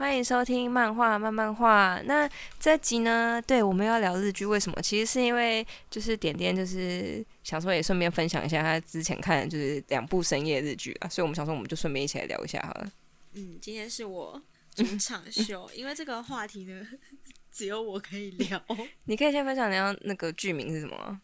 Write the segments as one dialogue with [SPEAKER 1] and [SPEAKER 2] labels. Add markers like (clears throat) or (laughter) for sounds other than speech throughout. [SPEAKER 1] 欢迎收听漫画慢漫画。那这集呢，对我们要聊日剧，为什么？其实是因为就是点点就是想说也顺便分享一下他之前看的就是两部深夜日剧啊，所以我们想说我们就顺便一起来聊一下好了。
[SPEAKER 2] 嗯，今天是我主场
[SPEAKER 1] (laughs)
[SPEAKER 2] 秀，因为这个话题呢，只有我可以聊。
[SPEAKER 1] 你可以先分享你要那个剧名是什么啊？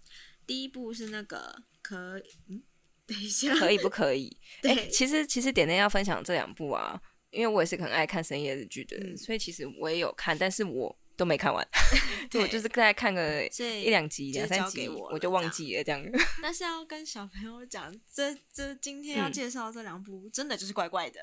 [SPEAKER 2] 第一部是那个可以，嗯，等一下，
[SPEAKER 1] 可以不可
[SPEAKER 2] (laughs)
[SPEAKER 1] 以？哎、
[SPEAKER 2] 对
[SPEAKER 1] 其实其实点点要分享这两部啊，因为我也是很爱看深夜日剧的人，
[SPEAKER 2] 嗯
[SPEAKER 1] 所以其实我也有看，但是我都没看完，就我
[SPEAKER 2] (laughs) 对
[SPEAKER 1] 就是大概看
[SPEAKER 2] (laughs)
[SPEAKER 1] 个
[SPEAKER 2] 所以
[SPEAKER 1] 一两集、
[SPEAKER 2] 就
[SPEAKER 1] 两
[SPEAKER 2] 是
[SPEAKER 1] 三
[SPEAKER 2] 交
[SPEAKER 1] 集，
[SPEAKER 2] 给我
[SPEAKER 1] 我
[SPEAKER 2] 了
[SPEAKER 1] 就忘记了这样。
[SPEAKER 2] 那是要跟小朋友讲，这这今天要
[SPEAKER 1] 嗯
[SPEAKER 2] 介绍这两部，真的就是怪怪的。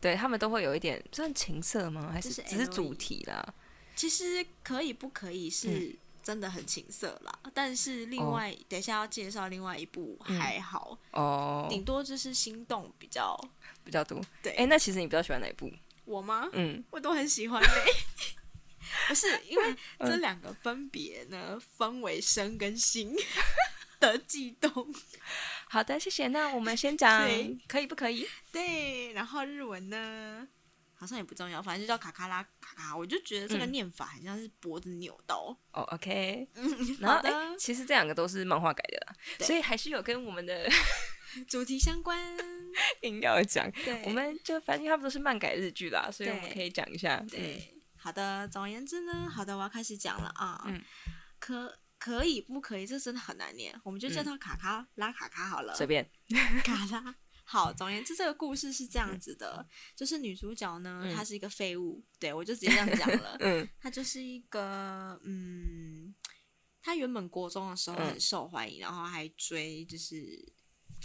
[SPEAKER 1] 对他们都会有一点算情色吗？还是
[SPEAKER 2] 就是
[SPEAKER 1] 只是
[SPEAKER 2] LOE
[SPEAKER 1] 主题啦？
[SPEAKER 2] 其实可以不可以
[SPEAKER 1] 嗯
[SPEAKER 2] 是真的很情色啦，但是另外、等一下要介绍另外一部
[SPEAKER 1] 哦嗯
[SPEAKER 2] 还好，
[SPEAKER 1] 哦，
[SPEAKER 2] 顶多就是心动比较。
[SPEAKER 1] 比较多。
[SPEAKER 2] 对
[SPEAKER 1] 哎、那其实你比较喜欢哪一部？
[SPEAKER 2] 我吗？
[SPEAKER 1] 嗯，
[SPEAKER 2] 我都很喜欢嘞、 (laughs) 不是因为这两个分别呢，分为身跟心的悸动。
[SPEAKER 1] 好的，谢谢。那我们先讲
[SPEAKER 2] (laughs) 对
[SPEAKER 1] 可以不可以？
[SPEAKER 2] 对，然后日文呢，好像也不重要，反正就叫卡卡拉卡卡。我就觉得这个
[SPEAKER 1] 嗯
[SPEAKER 2] 念法很像是脖子扭到。
[SPEAKER 1] 哦，OK、o k
[SPEAKER 2] 嗯，
[SPEAKER 1] 然后
[SPEAKER 2] 好的
[SPEAKER 1] 哎、其实这两个都是漫画改的啦，
[SPEAKER 2] 对
[SPEAKER 1] 所以还是有跟我们
[SPEAKER 2] (laughs)
[SPEAKER 1] 的
[SPEAKER 2] 主题相关。
[SPEAKER 1] 硬要讲。
[SPEAKER 2] 对，
[SPEAKER 1] 我们嗯就反正他们都是漫改日剧啦，所以我们
[SPEAKER 2] 对
[SPEAKER 1] 可以讲一下。嗯，
[SPEAKER 2] 对，好的。总而言之呢，好的，我要开始讲了啊。
[SPEAKER 1] 嗯
[SPEAKER 2] 可可以不可以？这真的很难念，我们就叫
[SPEAKER 1] 嗯
[SPEAKER 2] 它卡卡拉卡卡好了。
[SPEAKER 1] 随便。
[SPEAKER 2] 嘎啦。 (laughs) 好，总而言之，这个故事是这样子的，就是女主角呢，
[SPEAKER 1] 嗯，
[SPEAKER 2] 她是一个废物，对我就直接这样讲了
[SPEAKER 1] (laughs) 嗯
[SPEAKER 2] 她就是一个嗯，她原本国中的时候
[SPEAKER 1] 嗯
[SPEAKER 2] 很受欢迎，然后还追就是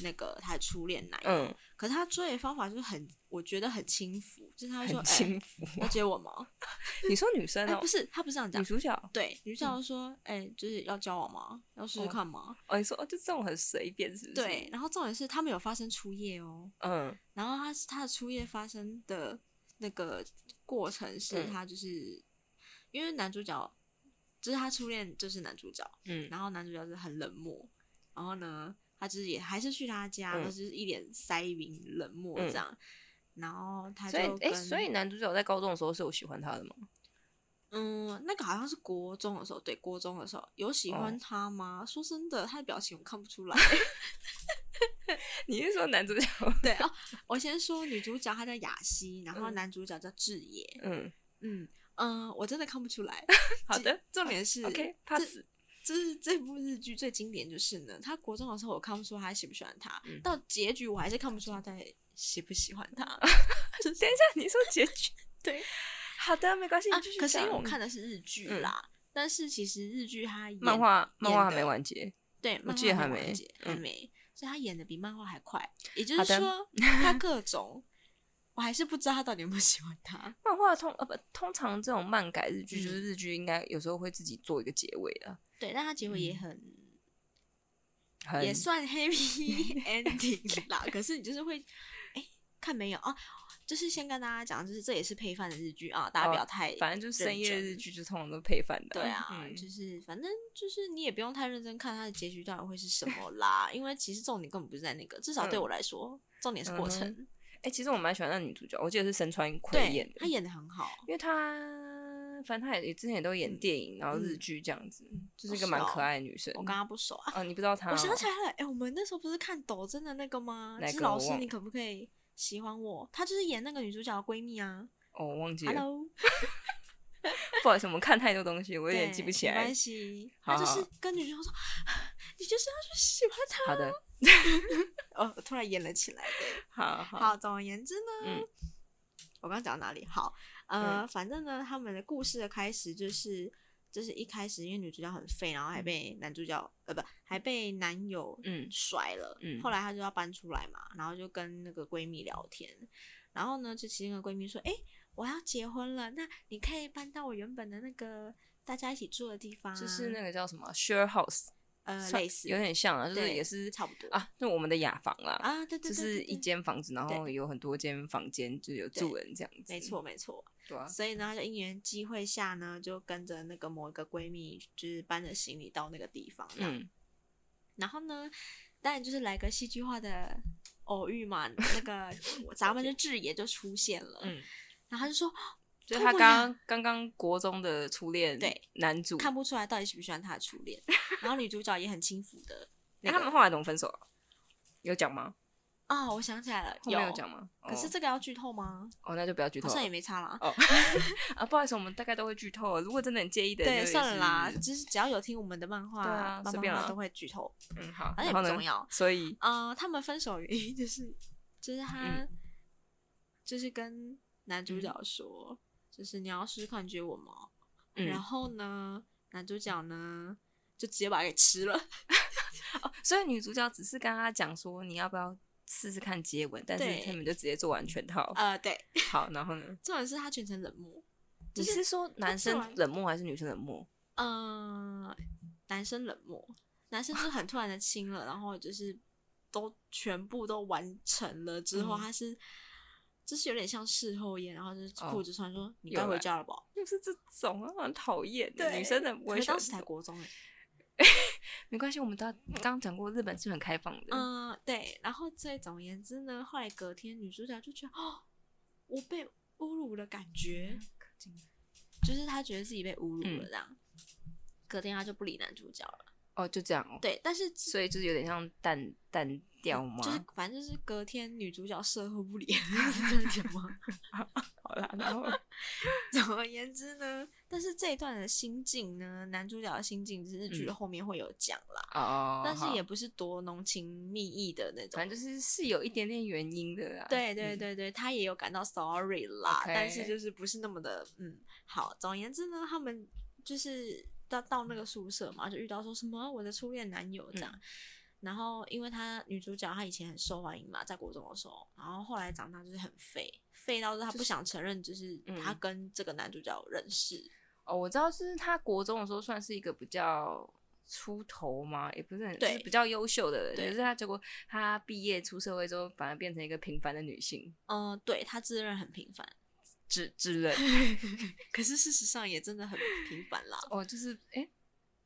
[SPEAKER 2] 那个她的初恋男友，
[SPEAKER 1] 嗯，
[SPEAKER 2] 可是她追的方法就是很，我觉得很轻浮，就是她会说，
[SPEAKER 1] 很
[SPEAKER 2] 哎、
[SPEAKER 1] 轻浮。
[SPEAKER 2] 要追我吗？
[SPEAKER 1] 你说女生
[SPEAKER 2] 哎、
[SPEAKER 1] 哦、
[SPEAKER 2] 不是，她不是这样
[SPEAKER 1] 女
[SPEAKER 2] 讲。
[SPEAKER 1] 主角
[SPEAKER 2] 对，女主角就说：“哎、就是要交往吗？要试试
[SPEAKER 1] 哦
[SPEAKER 2] 看吗
[SPEAKER 1] 哦，你说哦，就这种很随便，是不是？
[SPEAKER 2] 对，，然后重点是他们有发生初夜哦，
[SPEAKER 1] 嗯
[SPEAKER 2] 然后他他的初夜发生的那个过程是
[SPEAKER 1] 嗯
[SPEAKER 2] 他就是、因为男主角就是他初恋就是男主角，
[SPEAKER 1] 嗯
[SPEAKER 2] 然后男主角就是很冷漠，然后呢他就是也还是去他家，
[SPEAKER 1] 嗯
[SPEAKER 2] 他就是一脸塞云冷漠
[SPEAKER 1] 嗯
[SPEAKER 2] 这样，然后他就
[SPEAKER 1] 所以
[SPEAKER 2] 跟
[SPEAKER 1] 哎、所以男主角在高中的时候是有喜欢她的吗？
[SPEAKER 2] 嗯那个好像是国中的时候，对国中的时候有喜欢
[SPEAKER 1] 哦
[SPEAKER 2] 他吗？说真的，他的表情我看不出来。 (laughs)
[SPEAKER 1] (laughs) 你是说男主角？
[SPEAKER 2] 对哦，我先说女主角她叫雅西，然后男主角叫志野，
[SPEAKER 1] (laughs) 嗯，
[SPEAKER 2] 嗯嗯、呃我真的看不出来。
[SPEAKER 1] 好的
[SPEAKER 2] 重点是
[SPEAKER 1] ，OK，pass。
[SPEAKER 2] 这是这部日剧最经典，就是呢，他国中的时候我看不出他喜不喜欢他，
[SPEAKER 1] 嗯
[SPEAKER 2] 到结局我还是看不出他在喜不喜欢他。
[SPEAKER 1] 啊 (laughs) 等一下，你说结 (laughs) 局？
[SPEAKER 2] 对，
[SPEAKER 1] 好的，没关系，
[SPEAKER 2] 啊
[SPEAKER 1] 你继续，
[SPEAKER 2] 可是因为
[SPEAKER 1] 讲嗯
[SPEAKER 2] 我看的是日剧啦，但是其实日剧他演
[SPEAKER 1] 漫，画，漫画还
[SPEAKER 2] 演的
[SPEAKER 1] 没完结。
[SPEAKER 2] 对，漫画
[SPEAKER 1] 记得还
[SPEAKER 2] 没
[SPEAKER 1] 没
[SPEAKER 2] 完结，还
[SPEAKER 1] 嗯
[SPEAKER 2] 没，所以他演的比漫画还快。也就
[SPEAKER 1] 好
[SPEAKER 2] 是
[SPEAKER 1] 的 (laughs)
[SPEAKER 2] 说，他各种，我还是不知道他到底有没有喜欢
[SPEAKER 1] (laughs)
[SPEAKER 2] 他。
[SPEAKER 1] 漫画通呃不，通常这种漫改日剧，
[SPEAKER 2] 嗯
[SPEAKER 1] 就是日剧应该有时候会自己做一个结尾的，
[SPEAKER 2] 对，但他结尾也
[SPEAKER 1] 嗯
[SPEAKER 2] 很、
[SPEAKER 1] 很
[SPEAKER 2] 也算 happy
[SPEAKER 1] (laughs)
[SPEAKER 2] ending 啦。可是你就是会，哎、看没有啊？就是先跟大家讲，就是这也是配饭的日剧啊，大家不要太、
[SPEAKER 1] 哦反正就是深夜
[SPEAKER 2] 认真
[SPEAKER 1] 日剧，就通常都配饭的。
[SPEAKER 2] 对啊，
[SPEAKER 1] 嗯
[SPEAKER 2] 就是反正就是你也不用太认真看它的结局到底会是什么啦，因为其实重点根本不是在那个，至少对
[SPEAKER 1] 嗯
[SPEAKER 2] 我来说，重点是过程。
[SPEAKER 1] 嗯哎，其实我蛮喜欢那女主角，我记得是神川葵演
[SPEAKER 2] 对，
[SPEAKER 1] 的
[SPEAKER 2] 他，演的很好，
[SPEAKER 1] 因为她反正她也之前也都演电影，然后日
[SPEAKER 2] 嗯
[SPEAKER 1] 剧这样子，就是
[SPEAKER 2] 哦
[SPEAKER 1] 一个
[SPEAKER 2] 是
[SPEAKER 1] 蛮
[SPEAKER 2] 哦
[SPEAKER 1] 可爱的女生。
[SPEAKER 2] 我跟他不熟啊。
[SPEAKER 1] 啊，你不知道她哦？
[SPEAKER 2] 我想起来了，哎、我们那时候不是看抖真的那个吗？
[SPEAKER 1] 哪
[SPEAKER 2] 就是
[SPEAKER 1] 个
[SPEAKER 2] 老
[SPEAKER 1] 我
[SPEAKER 2] 师，
[SPEAKER 1] 忘
[SPEAKER 2] 你
[SPEAKER 1] 了
[SPEAKER 2] 可不可以喜欢我？她就是演那个女主角的闺蜜啊。
[SPEAKER 1] 哦，我忘记了，
[SPEAKER 2] Hello，
[SPEAKER 1] 不好意思，我们看太多东西，我有
[SPEAKER 2] 对，
[SPEAKER 1] 点记不起
[SPEAKER 2] 没
[SPEAKER 1] 来
[SPEAKER 2] 关。系，
[SPEAKER 1] 好
[SPEAKER 2] 他就
[SPEAKER 1] 好
[SPEAKER 2] 是跟女生说，啊你就是要去喜欢他。
[SPEAKER 1] 好的，
[SPEAKER 2] 哦，突然演了起来。对，
[SPEAKER 1] 好好
[SPEAKER 2] 好，总而言之呢，
[SPEAKER 1] 嗯
[SPEAKER 2] 我刚刚讲到哪里？好，呃，反正呢，他们的故事的开始就是。就是一开始，因为女主角很废，然后还被男主角、呃不，还被男友
[SPEAKER 1] 嗯
[SPEAKER 2] 甩了。
[SPEAKER 1] 嗯
[SPEAKER 2] 后来她就要搬出来嘛，然后就跟那个闺蜜聊天，然后呢，就其中一个闺蜜说：“哎、我要结婚了，那你可以搬到我原本的那个大家一起住的地方啊。”
[SPEAKER 1] 就是那个叫什么 share house，
[SPEAKER 2] 呃，
[SPEAKER 1] 算
[SPEAKER 2] 类似
[SPEAKER 1] 有点像啊，就是
[SPEAKER 2] 对
[SPEAKER 1] 也是
[SPEAKER 2] 差不多
[SPEAKER 1] 啊，那我们的雅房啦，
[SPEAKER 2] 啊，对对
[SPEAKER 1] 就
[SPEAKER 2] 对，
[SPEAKER 1] 是
[SPEAKER 2] 对
[SPEAKER 1] 一
[SPEAKER 2] 对
[SPEAKER 1] 间房子，然后
[SPEAKER 2] 对
[SPEAKER 1] 有很多间房间，就有住人这样子。
[SPEAKER 2] 没，错没错。
[SPEAKER 1] 对啊，
[SPEAKER 2] 所以呢，她就因缘机会下呢，就跟着那个某一个闺蜜，就是搬着行李到那个地方。嗯，
[SPEAKER 1] 嗯，
[SPEAKER 2] 然后呢，当然就是来个戏剧化的偶遇嘛，那
[SPEAKER 1] (laughs)
[SPEAKER 2] 个咱们的智也就出现了。
[SPEAKER 1] 嗯，
[SPEAKER 2] 然后她就说
[SPEAKER 1] 就
[SPEAKER 2] 脱
[SPEAKER 1] 他
[SPEAKER 2] 模呀
[SPEAKER 1] 刚刚刚国中的初恋，
[SPEAKER 2] 对
[SPEAKER 1] 男主，
[SPEAKER 2] 看不出来到底喜不喜欢他的初
[SPEAKER 1] (laughs)
[SPEAKER 2] 恋，然后女主角也很轻浮的。
[SPEAKER 1] 那
[SPEAKER 2] 那
[SPEAKER 1] 哎他
[SPEAKER 2] 个
[SPEAKER 1] 们后来怎么分手啊？有讲吗？
[SPEAKER 2] 哦，我想起来了，
[SPEAKER 1] 后面有讲吗？
[SPEAKER 2] 可是
[SPEAKER 1] 哦
[SPEAKER 2] 这个要剧透吗？
[SPEAKER 1] 哦，那就不要剧透
[SPEAKER 2] 好
[SPEAKER 1] 了
[SPEAKER 2] 像也没差啦。
[SPEAKER 1] 哦 (laughs) 啊，不好意思，我们大概都会剧透，如果真的很介意的，
[SPEAKER 2] 对，
[SPEAKER 1] 就
[SPEAKER 2] 算了啦，
[SPEAKER 1] 是
[SPEAKER 2] 就是只要有听我们的漫画，
[SPEAKER 1] 对啊
[SPEAKER 2] 漫
[SPEAKER 1] 随便
[SPEAKER 2] 漫画
[SPEAKER 1] 啦
[SPEAKER 2] 都会剧透，
[SPEAKER 1] 嗯，好，
[SPEAKER 2] 反
[SPEAKER 1] 然
[SPEAKER 2] 正
[SPEAKER 1] 后
[SPEAKER 2] 也
[SPEAKER 1] 呢
[SPEAKER 2] 不重要。
[SPEAKER 1] 所以，
[SPEAKER 2] 呃，他们分手原因 (laughs) 就是，就是他，
[SPEAKER 1] 嗯
[SPEAKER 2] 就是跟男主角说，就是你要试试看，你觉得我吗？然
[SPEAKER 1] 嗯，
[SPEAKER 2] 后呢，男主角呢就直接把它给吃了， (laughs)
[SPEAKER 1] 所以女主角只是跟他讲说，你要不要试试看接吻，但是
[SPEAKER 2] 对
[SPEAKER 1] 他们就直接做完全套。
[SPEAKER 2] 呃，对，
[SPEAKER 1] 好，然后呢？
[SPEAKER 2] 重点是他全程冷漠，
[SPEAKER 1] 你
[SPEAKER 2] 就
[SPEAKER 1] 是
[SPEAKER 2] 是
[SPEAKER 1] 说男
[SPEAKER 2] 做
[SPEAKER 1] 生
[SPEAKER 2] 完
[SPEAKER 1] 冷漠还是女生冷漠？
[SPEAKER 2] 呃，男生冷漠，男生就是很突然的亲了，然后就是都全部都完成了之后，
[SPEAKER 1] 嗯
[SPEAKER 2] 他是就是有点像事后烟，然后就是
[SPEAKER 1] 哦
[SPEAKER 2] 裤子穿说、你
[SPEAKER 1] 有
[SPEAKER 2] 该回
[SPEAKER 1] 啦
[SPEAKER 2] 家了吧？
[SPEAKER 1] 就是这种啊，很讨厌的。
[SPEAKER 2] 对，
[SPEAKER 1] 女生的不
[SPEAKER 2] 可
[SPEAKER 1] 会
[SPEAKER 2] 是
[SPEAKER 1] 喜欢
[SPEAKER 2] 当时
[SPEAKER 1] 这
[SPEAKER 2] 才
[SPEAKER 1] 种。嗯
[SPEAKER 2] 国中哎，
[SPEAKER 1] 没关系，我们到刚刚讲过，日本是很开放的。
[SPEAKER 2] 嗯、对，然后所以总而言之呢，后来隔天女主角就觉得哦，我被侮辱的感觉，就是她觉得自己被侮辱了
[SPEAKER 1] 嗯
[SPEAKER 2] 这样，隔天她就不理男主角了，
[SPEAKER 1] 哦，就这样哦。
[SPEAKER 2] 对，但是
[SPEAKER 1] 所以就是有点像淡淡掉吗？
[SPEAKER 2] 就是反正就是隔天女主角社会不理， (laughs) 是这样讲吗？ (laughs)
[SPEAKER 1] 好啦，然 (laughs) 后
[SPEAKER 2] 总而言之呢，但是这一段的心境呢，男主角的心境就是剧的后面会有讲啦，
[SPEAKER 1] 嗯哦，
[SPEAKER 2] 但是
[SPEAKER 1] 好
[SPEAKER 2] 也不是多浓情蜜意的那种
[SPEAKER 1] 反。正就是是有一点点原因的啦。
[SPEAKER 2] 对对
[SPEAKER 1] 嗯，
[SPEAKER 2] 对对，他也有感到 sorry 啦
[SPEAKER 1] OK
[SPEAKER 2] 但是就是不是那么的嗯好。总而言之呢，他们就是到到那个宿舍嘛，就遇到说什么我的初恋男友这样。
[SPEAKER 1] 嗯
[SPEAKER 2] 然后，因为他女主角她以前很受欢迎嘛，在国中的时候，然后后来长大就是很废，废到是她不想承认，就是
[SPEAKER 1] 嗯
[SPEAKER 2] 她跟这个男主角有认识，
[SPEAKER 1] 哦，我知道，就是他国中的时候算是一个比较出头嘛，也不是很，就是
[SPEAKER 2] 对
[SPEAKER 1] 比较优秀的人，
[SPEAKER 2] 对
[SPEAKER 1] 可是他结果他毕业出社会之后，反而变成一个平凡的女性
[SPEAKER 2] 嗯，对他自认很
[SPEAKER 1] (laughs)
[SPEAKER 2] 平凡，
[SPEAKER 1] 之之人。
[SPEAKER 2] 可是事实上也真的很平凡啦。
[SPEAKER 1] 哦，就是哎、诶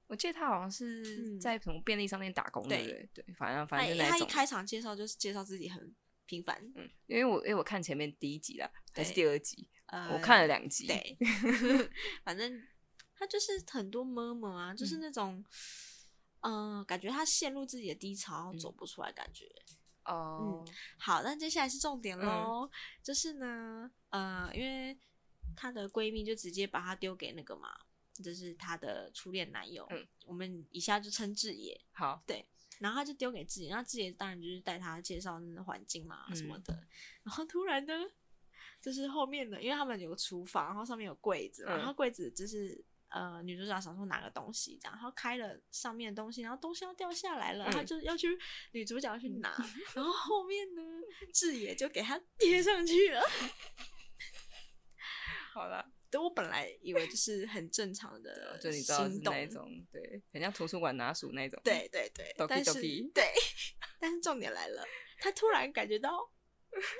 [SPEAKER 1] 我记得他好像是
[SPEAKER 2] 嗯
[SPEAKER 1] 在什么便利商店打工，对
[SPEAKER 2] 对
[SPEAKER 1] 不对？对，反正 (laughs) 反
[SPEAKER 2] 他
[SPEAKER 1] 正
[SPEAKER 2] 一
[SPEAKER 1] 就那
[SPEAKER 2] 他一
[SPEAKER 1] 种。
[SPEAKER 2] 开场介绍就是介绍自己很平凡，
[SPEAKER 1] 嗯，因为我因为我看前面第一集啦，还是
[SPEAKER 2] 对
[SPEAKER 1] 第二集，
[SPEAKER 2] 呃，
[SPEAKER 1] 我看了两集。，
[SPEAKER 2] 对， (laughs) 反正他就是很多妈妈啊，就是
[SPEAKER 1] 嗯
[SPEAKER 2] 那种，嗯、感觉他陷入自己的低潮，
[SPEAKER 1] 嗯
[SPEAKER 2] 走不出来感觉。
[SPEAKER 1] 哦，
[SPEAKER 2] 嗯好，那接下来是重点
[SPEAKER 1] 嗯
[SPEAKER 2] 喽，就是呢，呃，因为她的闺蜜就直接把她丢给那个嘛，就是她的初恋男友，
[SPEAKER 1] 嗯
[SPEAKER 2] 我们以下就称志野。
[SPEAKER 1] 好，
[SPEAKER 2] 然后他就丢给自己，那自己当然就是带他介绍那个环境嘛
[SPEAKER 1] 嗯
[SPEAKER 2] 什么的。然后突然呢，就是后面的，因为他们有个厨房，然后上面有柜子嘛，
[SPEAKER 1] 嗯
[SPEAKER 2] 然后柜子就是呃女主角想说拿个东西这样，然后开了上面的东西，然后东西要掉下来了，
[SPEAKER 1] 嗯
[SPEAKER 2] 他就要去女主角去拿，然后后面呢，志野就给他贴上去了。 (laughs)
[SPEAKER 1] 好啦，
[SPEAKER 2] 对我本来以为就是很正常的
[SPEAKER 1] 就你知道是
[SPEAKER 2] 呃心动
[SPEAKER 1] 那一种，对，很像图书馆拿书那一种。
[SPEAKER 2] 对，对对
[SPEAKER 1] Doki
[SPEAKER 2] 但是
[SPEAKER 1] Doki
[SPEAKER 2] 对， (laughs) 但是重点来了，他突然感觉到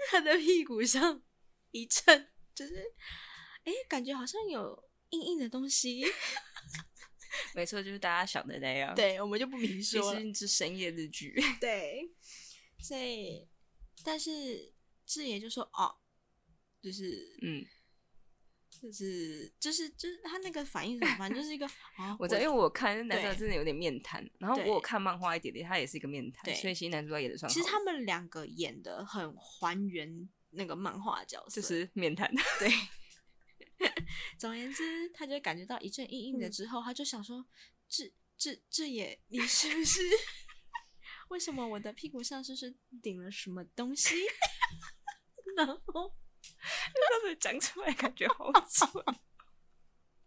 [SPEAKER 2] 他的屁股上一阵，就是哎、诶感觉好像有硬硬的
[SPEAKER 1] (laughs)
[SPEAKER 2] 东西。
[SPEAKER 1] 没错，就是大家想的那样。，
[SPEAKER 2] 对，我们就不明
[SPEAKER 1] 其
[SPEAKER 2] 说了。
[SPEAKER 1] 实是深夜日剧。
[SPEAKER 2] 对，所以但是志野就说哦，就是
[SPEAKER 1] (laughs) 嗯，
[SPEAKER 2] 就是就是就是他那个反应是什么，反正就是一个啊
[SPEAKER 1] (laughs) 我知道，因为我看男主角
[SPEAKER 2] 对
[SPEAKER 1] 真的有点面瘫，然后我
[SPEAKER 2] 对
[SPEAKER 1] 有看漫画一点点，他也是一个面瘫，
[SPEAKER 2] 对
[SPEAKER 1] 所以其实男主角演的算好
[SPEAKER 2] 其实他们两个演的很还原那个漫画角色，
[SPEAKER 1] 就是面瘫。 (laughs)
[SPEAKER 2] 对。总而言之，他就感觉到一阵硬硬的
[SPEAKER 1] 嗯
[SPEAKER 2] 之后，他就想说：“这这这也，你是不是？ (laughs) 为什么我的屁股上是不是顶了什么东西？” (laughs) 然后
[SPEAKER 1] 这样讲出来感觉好蠢，太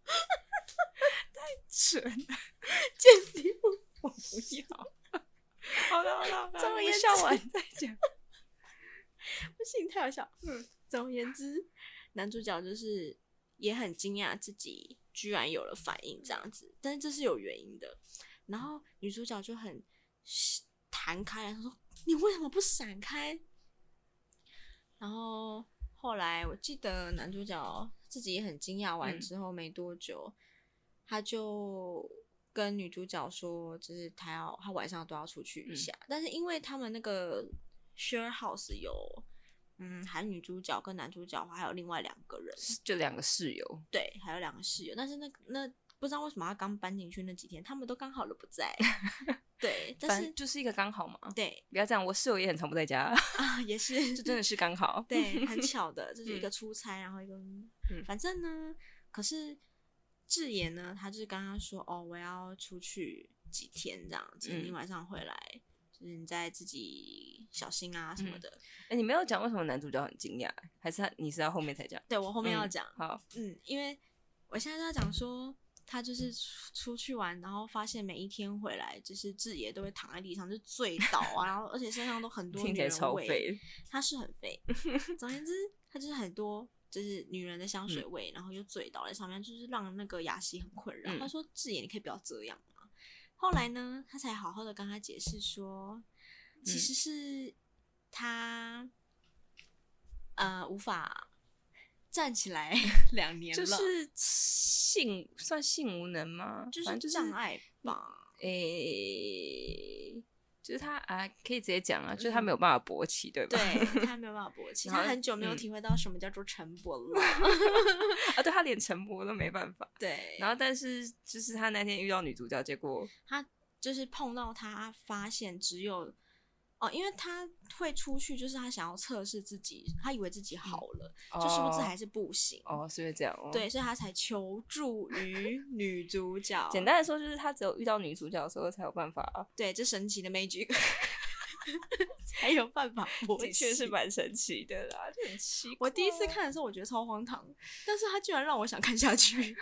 [SPEAKER 1] 蠢了，
[SPEAKER 2] 见底
[SPEAKER 1] 我不要。 (laughs) 好了好了，好了
[SPEAKER 2] 总而
[SPEAKER 1] 我
[SPEAKER 2] 言
[SPEAKER 1] 们
[SPEAKER 2] 之
[SPEAKER 1] 笑完再讲。
[SPEAKER 2] (laughs) 不行，太好笑。嗯， (laughs) 总而言之，男主角就是也很惊讶自己居然有了反应这样子，但是这是有原因的。然后女主角就很弹开了，她说：“你为什么不闪开？”然后后来我记得男主角自己也很惊讶，完之后没多久，他就跟女主角说，就是他要他晚上都要出去一下，但是因为他们那个 share house 有。嗯，含女主角跟男主角还有另外两个人，
[SPEAKER 1] (laughs) 就两个室友，
[SPEAKER 2] 对，还有两个室友。但是那那不知道为什么他刚搬进去那几天，他们都刚好都不
[SPEAKER 1] (laughs)
[SPEAKER 2] 在。对，但
[SPEAKER 1] 反
[SPEAKER 2] 是
[SPEAKER 1] 正就是一个刚好嘛。
[SPEAKER 2] 对
[SPEAKER 1] 不要这样，我室友也很常不在家，
[SPEAKER 2] 啊，也是
[SPEAKER 1] 这真的是刚好。 (laughs)
[SPEAKER 2] 对，很巧的，就是一
[SPEAKER 1] 嗯
[SPEAKER 2] 个出差，然后一个，反正呢，可是智妍呢，她就是刚刚说哦，我要出去几天这样子，
[SPEAKER 1] 嗯
[SPEAKER 2] 你晚上回来，就是你再自己小心啊什么的。
[SPEAKER 1] 哎、你没有讲为什么男主角很惊讶，还是他你是到后面才讲？
[SPEAKER 2] 对我后面要讲，
[SPEAKER 1] 好，
[SPEAKER 2] 嗯，因为我现在在讲说，他就是出出去玩，然后发现每一天回来，就是志野都会躺在地上就醉倒啊，然后而且身上都很多
[SPEAKER 1] 听
[SPEAKER 2] 女
[SPEAKER 1] 起来
[SPEAKER 2] 人
[SPEAKER 1] 超
[SPEAKER 2] 味，
[SPEAKER 1] 废的。
[SPEAKER 2] 他是很
[SPEAKER 1] (laughs)
[SPEAKER 2] 肥。总而言之，他就是很多就是女人的香水
[SPEAKER 1] 嗯
[SPEAKER 2] 味，然后又醉倒在上面，就是让那个雅西很困扰。他
[SPEAKER 1] 嗯
[SPEAKER 2] 说：“志野，你可以不要这样嘛。”后来呢，他才好好的跟他解释说，其
[SPEAKER 1] 嗯
[SPEAKER 2] 实是他、呃无法站
[SPEAKER 1] (laughs)
[SPEAKER 2] 起来两年
[SPEAKER 1] 就
[SPEAKER 2] 了，
[SPEAKER 1] 是性算性无能吗？
[SPEAKER 2] 就
[SPEAKER 1] 反正
[SPEAKER 2] 是
[SPEAKER 1] 就是
[SPEAKER 2] 障碍吧。
[SPEAKER 1] 诶、就是他啊，可以直接讲啊，就是他
[SPEAKER 2] 嗯
[SPEAKER 1] 没有办法勃起，对吧？
[SPEAKER 2] 对他没有办法勃
[SPEAKER 1] 嗯 (laughs)
[SPEAKER 2] 起，
[SPEAKER 1] 然
[SPEAKER 2] 他
[SPEAKER 1] 后
[SPEAKER 2] 很久没有
[SPEAKER 1] 嗯
[SPEAKER 2] 体会到什么叫做晨勃了。
[SPEAKER 1] (laughs) (laughs) 啊，对他连沉默都没办法。 (laughs)
[SPEAKER 2] 对，
[SPEAKER 1] 然后，但是就是他那天遇到女主角，结果
[SPEAKER 2] 他就是碰到他，发现只有哦，因为他会出去，就是他想要测试自己，他以为自己好了，就殊不知还是不行。
[SPEAKER 1] 嗯哦，是因为这样哦。，
[SPEAKER 2] 对，所以他才求助
[SPEAKER 1] (laughs)
[SPEAKER 2] 于女主角。
[SPEAKER 1] 简，单的说就是他只有遇到女主角的时候才有办法，
[SPEAKER 2] 对，这神奇的 magic (laughs) 才有办
[SPEAKER 1] (laughs)
[SPEAKER 2] 法勃
[SPEAKER 1] 的
[SPEAKER 2] 起
[SPEAKER 1] 确是蛮神奇的啦，哦就很奇怪。
[SPEAKER 2] 我第一次，看的时候，我觉得超荒唐，但是他居然让我想看下去，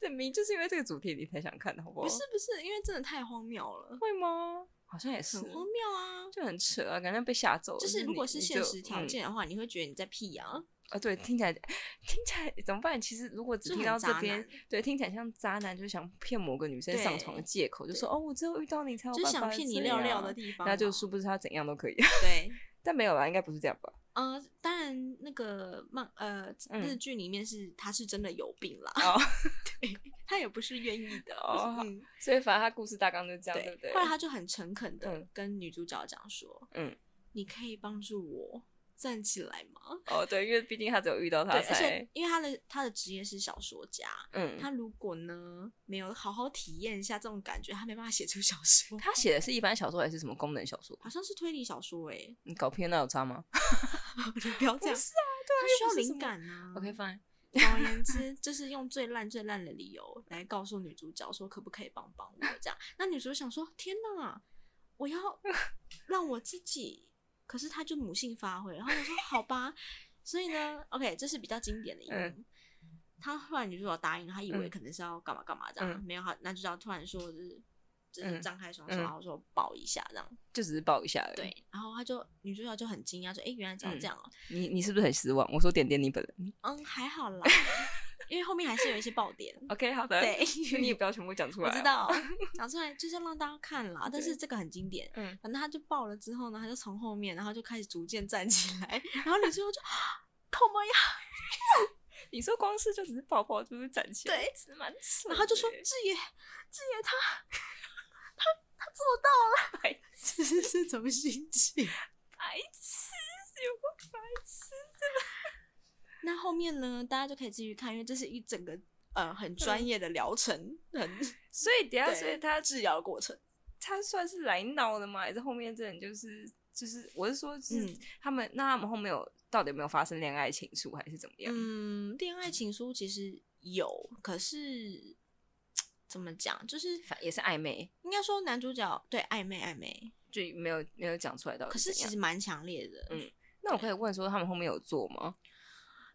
[SPEAKER 1] 这明明就是因为这个主题你才想看的，好不好？
[SPEAKER 2] 不是不是，因为真的太荒谬了，
[SPEAKER 1] 会吗？好像也是，
[SPEAKER 2] 很荒谬啊！
[SPEAKER 1] 就很扯啊，感觉被吓走了。
[SPEAKER 2] 就是如
[SPEAKER 1] 你
[SPEAKER 2] 果是
[SPEAKER 1] 你
[SPEAKER 2] 现
[SPEAKER 1] 就
[SPEAKER 2] 实条
[SPEAKER 1] 嗯
[SPEAKER 2] 件的话，你会觉得你在屁啊，
[SPEAKER 1] 啊，对，听起来听起来怎么办？其实如果只
[SPEAKER 2] 就
[SPEAKER 1] 听
[SPEAKER 2] 很
[SPEAKER 1] 到这
[SPEAKER 2] 渣
[SPEAKER 1] 边
[SPEAKER 2] 男，
[SPEAKER 1] 对，听起来像渣男，就是想骗某个女生上床的
[SPEAKER 2] 对
[SPEAKER 1] 借口，就说哦，我只有遇到你才有
[SPEAKER 2] 就是
[SPEAKER 1] 办
[SPEAKER 2] 想
[SPEAKER 1] 法
[SPEAKER 2] 骗你
[SPEAKER 1] 这
[SPEAKER 2] 料料的
[SPEAKER 1] 样
[SPEAKER 2] 地方嘛，
[SPEAKER 1] 那就殊不知他怎样都可以， (laughs)
[SPEAKER 2] 对，
[SPEAKER 1] 但没有啦，应该不是这样吧？
[SPEAKER 2] 呃，当然那个漫呃
[SPEAKER 1] 嗯
[SPEAKER 2] 日剧里面是他是真的有病啦，
[SPEAKER 1] 哦
[SPEAKER 2] (laughs) 对他也不是愿意的
[SPEAKER 1] 哦好
[SPEAKER 2] 嗯，
[SPEAKER 1] 所以反正他故事大纲就这样，对
[SPEAKER 2] 对
[SPEAKER 1] 不对
[SPEAKER 2] 后？来他就很诚恳的
[SPEAKER 1] 嗯
[SPEAKER 2] 跟女主角讲说，
[SPEAKER 1] 嗯，
[SPEAKER 2] 你可以帮助我站起来吗？
[SPEAKER 1] 哦，对，因为毕竟他只有遇到
[SPEAKER 2] 对
[SPEAKER 1] 他，
[SPEAKER 2] 而且
[SPEAKER 1] 才，
[SPEAKER 2] 因为他的他的职业是小说家，
[SPEAKER 1] 嗯，
[SPEAKER 2] 他如果呢没有好好体验一下这种感觉，他没办法写出小说， (laughs)
[SPEAKER 1] 他写的是一般小说还是什么功能小说？
[SPEAKER 2] 好像是推理小说哎、
[SPEAKER 1] 你搞偏那有差吗
[SPEAKER 2] (laughs)
[SPEAKER 1] (laughs)
[SPEAKER 2] 你不要这样，
[SPEAKER 1] 不是
[SPEAKER 2] 啊，
[SPEAKER 1] 又
[SPEAKER 2] 他
[SPEAKER 1] 不是什
[SPEAKER 2] 需要灵
[SPEAKER 1] 么
[SPEAKER 2] 感啊。
[SPEAKER 1] ？OK (laughs) fine，
[SPEAKER 2] 总而言之，就是用最烂最烂的理由来告诉女主角说可不可以帮帮我这样。那女主角想说：天哪，我要让我自己，可是她就母性发挥。然后我说：好吧。所以呢，OK，这是比较经典的一幕
[SPEAKER 1] 嗯。
[SPEAKER 2] 她后来女主角答应了，她以为
[SPEAKER 1] 嗯
[SPEAKER 2] 可能是要干嘛干嘛这样，
[SPEAKER 1] 嗯
[SPEAKER 2] 没有。她男主角突然说就是就是
[SPEAKER 1] 嗯
[SPEAKER 2] 张开双手，
[SPEAKER 1] 嗯
[SPEAKER 2] 然后说抱一下这样。
[SPEAKER 1] 就只是抱一下而已。
[SPEAKER 2] 对，然后她就女主角就很惊讶，说：哎、原来只要这样哦、
[SPEAKER 1] 你你是不是很失望？我说点点你本人
[SPEAKER 2] 嗯，还好
[SPEAKER 1] (laughs)
[SPEAKER 2] 啦，因为后面还是有一些爆点。
[SPEAKER 1] ，OK，好的，
[SPEAKER 2] 对
[SPEAKER 1] 你也不要全部讲哦出
[SPEAKER 2] (laughs) 我
[SPEAKER 1] 来，啊
[SPEAKER 2] 知，道，讲出来就是要让大家看啦。但是
[SPEAKER 1] 对
[SPEAKER 2] 这个很经典，
[SPEAKER 1] 嗯，
[SPEAKER 2] 反正他就爆了之后呢，他就从后面，然后就开始逐渐站起来，然后女主角就靠妈呀，
[SPEAKER 1] 你说光是就只是泡泡，就是站起来，
[SPEAKER 2] 对
[SPEAKER 1] 其实蛮扯的
[SPEAKER 2] 然后就说
[SPEAKER 1] 欸
[SPEAKER 2] 志野，志野他
[SPEAKER 1] 白
[SPEAKER 2] 这是这种心情。
[SPEAKER 1] 白痴，有个白痴，
[SPEAKER 2] 那后面呢，大家就可以继续看，因为这是一整个呃很专业的疗程，很
[SPEAKER 1] 所以等一下，
[SPEAKER 2] 对
[SPEAKER 1] 嗯所以他
[SPEAKER 2] 治疗的过程。
[SPEAKER 1] 他算是来闹的吗？还是后面这人就是就是，我是说，就是
[SPEAKER 2] 嗯
[SPEAKER 1] 他们、那他们后面有到底有没有发生恋爱情愫，还是怎么样？
[SPEAKER 2] 嗯，恋爱情书其实有，可是怎么讲，就是
[SPEAKER 1] 反也是暧昧，
[SPEAKER 2] 应该说男主角对暧昧暧昧，
[SPEAKER 1] 就没有没有讲出来到底
[SPEAKER 2] 可是
[SPEAKER 1] 呃怎
[SPEAKER 2] 其
[SPEAKER 1] 样
[SPEAKER 2] 实蛮强烈的。
[SPEAKER 1] 嗯那我可以问说，他们后面有做吗？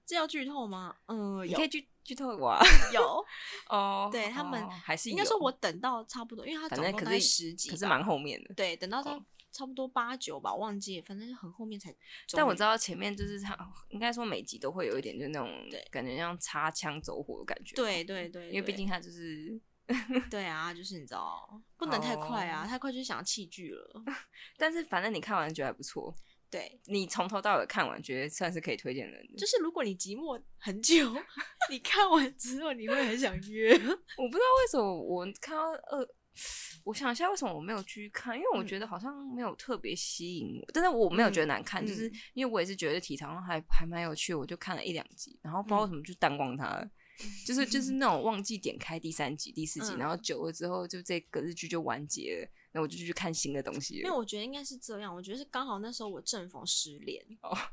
[SPEAKER 2] 这要剧透吗？嗯、
[SPEAKER 1] 你
[SPEAKER 2] 有
[SPEAKER 1] 可以剧剧透
[SPEAKER 2] (laughs)
[SPEAKER 1] 我啊。
[SPEAKER 2] 有，
[SPEAKER 1] (laughs) 哦，
[SPEAKER 2] 对他们
[SPEAKER 1] 哦还是
[SPEAKER 2] 应该
[SPEAKER 1] 有
[SPEAKER 2] 说我等到差不多，因为它
[SPEAKER 1] 反
[SPEAKER 2] 总
[SPEAKER 1] 正
[SPEAKER 2] 共
[SPEAKER 1] 可
[SPEAKER 2] 大概
[SPEAKER 1] 是
[SPEAKER 2] 十集吧，
[SPEAKER 1] 可是蛮后面的。
[SPEAKER 2] 对，等到它
[SPEAKER 1] 哦
[SPEAKER 2] 差不多八九吧，忘记了，反正很后面才。
[SPEAKER 1] 但我知
[SPEAKER 2] 道，
[SPEAKER 1] 道前面就是他，应该说每集都会有一点，就是那种
[SPEAKER 2] 对
[SPEAKER 1] 感觉像擦枪走火的感觉。
[SPEAKER 2] 对对对，
[SPEAKER 1] 哦因为毕
[SPEAKER 2] 对
[SPEAKER 1] 竟他就是哦
[SPEAKER 2] 对啊，就是你知道，不能太快啊，太快就想要弃剧了。
[SPEAKER 1] 但是反正你看完觉得还不错，
[SPEAKER 2] 对，
[SPEAKER 1] 你从头到尾看完，觉得算是可以推荐人的。
[SPEAKER 2] 就是如果你寂寞很久， (laughs) 你看完之后你会很想约。
[SPEAKER 1] (laughs) 我不知道为什么我看到二，我想一下为什么我没有去看，因为我
[SPEAKER 2] 嗯
[SPEAKER 1] 觉得好像没有特别吸引我，但是我没有觉得难看，
[SPEAKER 2] 嗯
[SPEAKER 1] 就是
[SPEAKER 2] 嗯
[SPEAKER 1] 因为我也是觉得题材好像还还蛮有趣，我就看了一两集，然后不知道为什么就淡忘它了。就是就是那种忘记点开第三集、第四集，
[SPEAKER 2] 嗯
[SPEAKER 1] 然后久了之后，就这个日剧就完结了，那我就去看新的东西
[SPEAKER 2] 因为
[SPEAKER 1] 了。
[SPEAKER 2] 我觉得应该是这样，我觉得是刚好那时候我正逢失恋，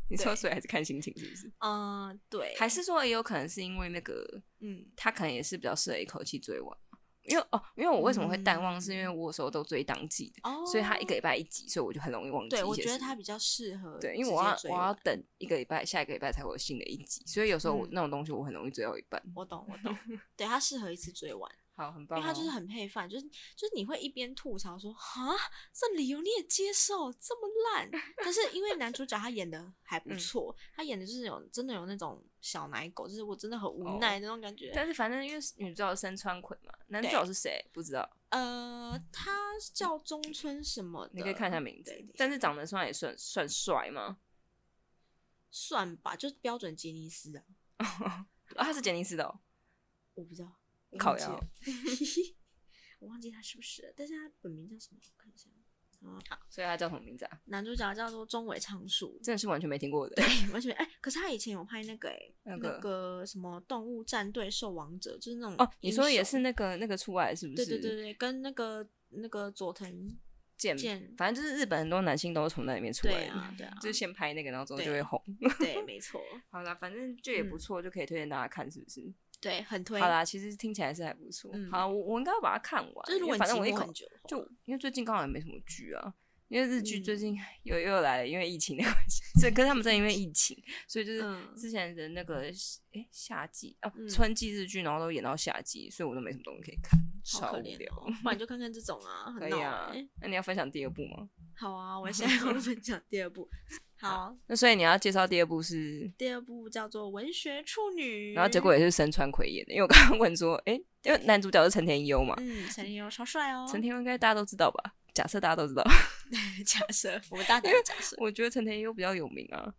[SPEAKER 1] 你说，所以还是看心情是不是？
[SPEAKER 2] 嗯、对，
[SPEAKER 1] 还是说也有可能是因为那个
[SPEAKER 2] 嗯
[SPEAKER 1] 他可能也是比较适合一口气追完，因为哦，因为我为什么会淡忘，
[SPEAKER 2] 嗯
[SPEAKER 1] 是因为我有时候都追当季的，
[SPEAKER 2] 哦，
[SPEAKER 1] 所以他一个礼拜一集，所以我就很容易忘记一些
[SPEAKER 2] 对
[SPEAKER 1] 事。
[SPEAKER 2] 我觉得他比较适合
[SPEAKER 1] 对，因为
[SPEAKER 2] 直
[SPEAKER 1] 我
[SPEAKER 2] 接
[SPEAKER 1] 要
[SPEAKER 2] 追
[SPEAKER 1] 我要
[SPEAKER 2] 完
[SPEAKER 1] 等一个礼拜，下一个礼拜才会有新的一集，所以有时候我
[SPEAKER 2] 嗯
[SPEAKER 1] 那种东西我很容易追到一半。
[SPEAKER 2] 我懂我
[SPEAKER 1] (laughs)
[SPEAKER 2] 懂，对他适合一次追完，
[SPEAKER 1] 好，很
[SPEAKER 2] 因
[SPEAKER 1] 棒、哦。
[SPEAKER 2] 为他就是很配饭，就是就是你会一边吐槽说啊这理由你也接受这么烂，但是因为男主角他演的还不
[SPEAKER 1] 嗯
[SPEAKER 2] 错，他演的就是有真的有那种小奶狗，就是我真的很
[SPEAKER 1] 哦
[SPEAKER 2] 无奈那种感觉。
[SPEAKER 1] 但是反正因为女主角是身川葵嘛，男主
[SPEAKER 2] 对
[SPEAKER 1] 角是谁不知道，
[SPEAKER 2] 呃，他叫中村什么的，
[SPEAKER 1] 你可以看一下名字
[SPEAKER 2] 对。
[SPEAKER 1] 但是长得算也算算帅吗？
[SPEAKER 2] 算吧，就是标准杰尼斯啊，
[SPEAKER 1] 啊、他是杰尼斯的、哦，
[SPEAKER 2] 我不知道，我
[SPEAKER 1] 靠
[SPEAKER 2] 忘记
[SPEAKER 1] 腰
[SPEAKER 2] 了， (laughs) 我忘记他是不是了，但是他本名叫什么？我看一下。啊，好
[SPEAKER 1] 所以他叫什么名字啊？
[SPEAKER 2] 男主角叫做中尾
[SPEAKER 1] (laughs)
[SPEAKER 2] 畅树，
[SPEAKER 1] 真的是完全没听过的。
[SPEAKER 2] 完全哎、可是他以前有拍那个哎、
[SPEAKER 1] 那个
[SPEAKER 2] 那个什么动物战队兽王者，就是那种
[SPEAKER 1] 哦，你
[SPEAKER 2] 英
[SPEAKER 1] 说也
[SPEAKER 2] 雄
[SPEAKER 1] 是那个那个出来是不
[SPEAKER 2] 对
[SPEAKER 1] 是？
[SPEAKER 2] 对对对，跟那个那个佐藤
[SPEAKER 1] 剑，
[SPEAKER 2] 健，
[SPEAKER 1] 反正就是日本很多男星都是从那里面出来
[SPEAKER 2] 对
[SPEAKER 1] 的，
[SPEAKER 2] 啊对啊，
[SPEAKER 1] (laughs) 就是先拍那个，然后之后就
[SPEAKER 2] 对
[SPEAKER 1] 会红。
[SPEAKER 2] 对，没错，
[SPEAKER 1] 好啦，反正就也不错，就可以推荐大家看，是不是？
[SPEAKER 2] 对，很推。
[SPEAKER 1] 好啦，其实听起来是还不错。
[SPEAKER 2] 嗯
[SPEAKER 1] 好啦，我我应该要把它看完，
[SPEAKER 2] 就是
[SPEAKER 1] 因
[SPEAKER 2] 如果
[SPEAKER 1] 为
[SPEAKER 2] 你
[SPEAKER 1] 反正
[SPEAKER 2] 寂
[SPEAKER 1] 我一
[SPEAKER 2] 寞
[SPEAKER 1] 口
[SPEAKER 2] 很久的话
[SPEAKER 1] 就因为最近刚好也没什么剧啊，因为日剧最
[SPEAKER 2] 嗯
[SPEAKER 1] 近 (laughs) 又、又来了，因为疫情的关系，所以跟他们正因为疫情，所以就是
[SPEAKER 2] 嗯
[SPEAKER 1] 之前的那个诶、夏季啊、
[SPEAKER 2] 嗯
[SPEAKER 1] 春季日剧，然后都演到夏季，所以我都没什么东西可以看，
[SPEAKER 2] 好
[SPEAKER 1] 超
[SPEAKER 2] 可
[SPEAKER 1] 无
[SPEAKER 2] 怜
[SPEAKER 1] 聊。
[SPEAKER 2] 哦，不然就看看这种
[SPEAKER 1] (laughs)
[SPEAKER 2] 啊，
[SPEAKER 1] 可
[SPEAKER 2] 很
[SPEAKER 1] 以
[SPEAKER 2] 闹
[SPEAKER 1] 啊
[SPEAKER 2] 哎。，
[SPEAKER 1] 那你要分享第二部吗？
[SPEAKER 2] 好啊，我现在要分享第
[SPEAKER 1] (laughs)
[SPEAKER 2] 二部。好，
[SPEAKER 1] 那所以你要介绍第二部是，
[SPEAKER 2] 第二部叫做《文学处女》，
[SPEAKER 1] 然后结果也是神川葵演的，因为我刚刚问说，诶、因为男主角是陈天优嘛，
[SPEAKER 2] 嗯，陈天佑超帅哦。
[SPEAKER 1] 陈天佑应该大家都知道吧？假设大家都知道，
[SPEAKER 2] (laughs) 假设，我们大胆地假设，
[SPEAKER 1] 我觉得陈天佑比较有名啊，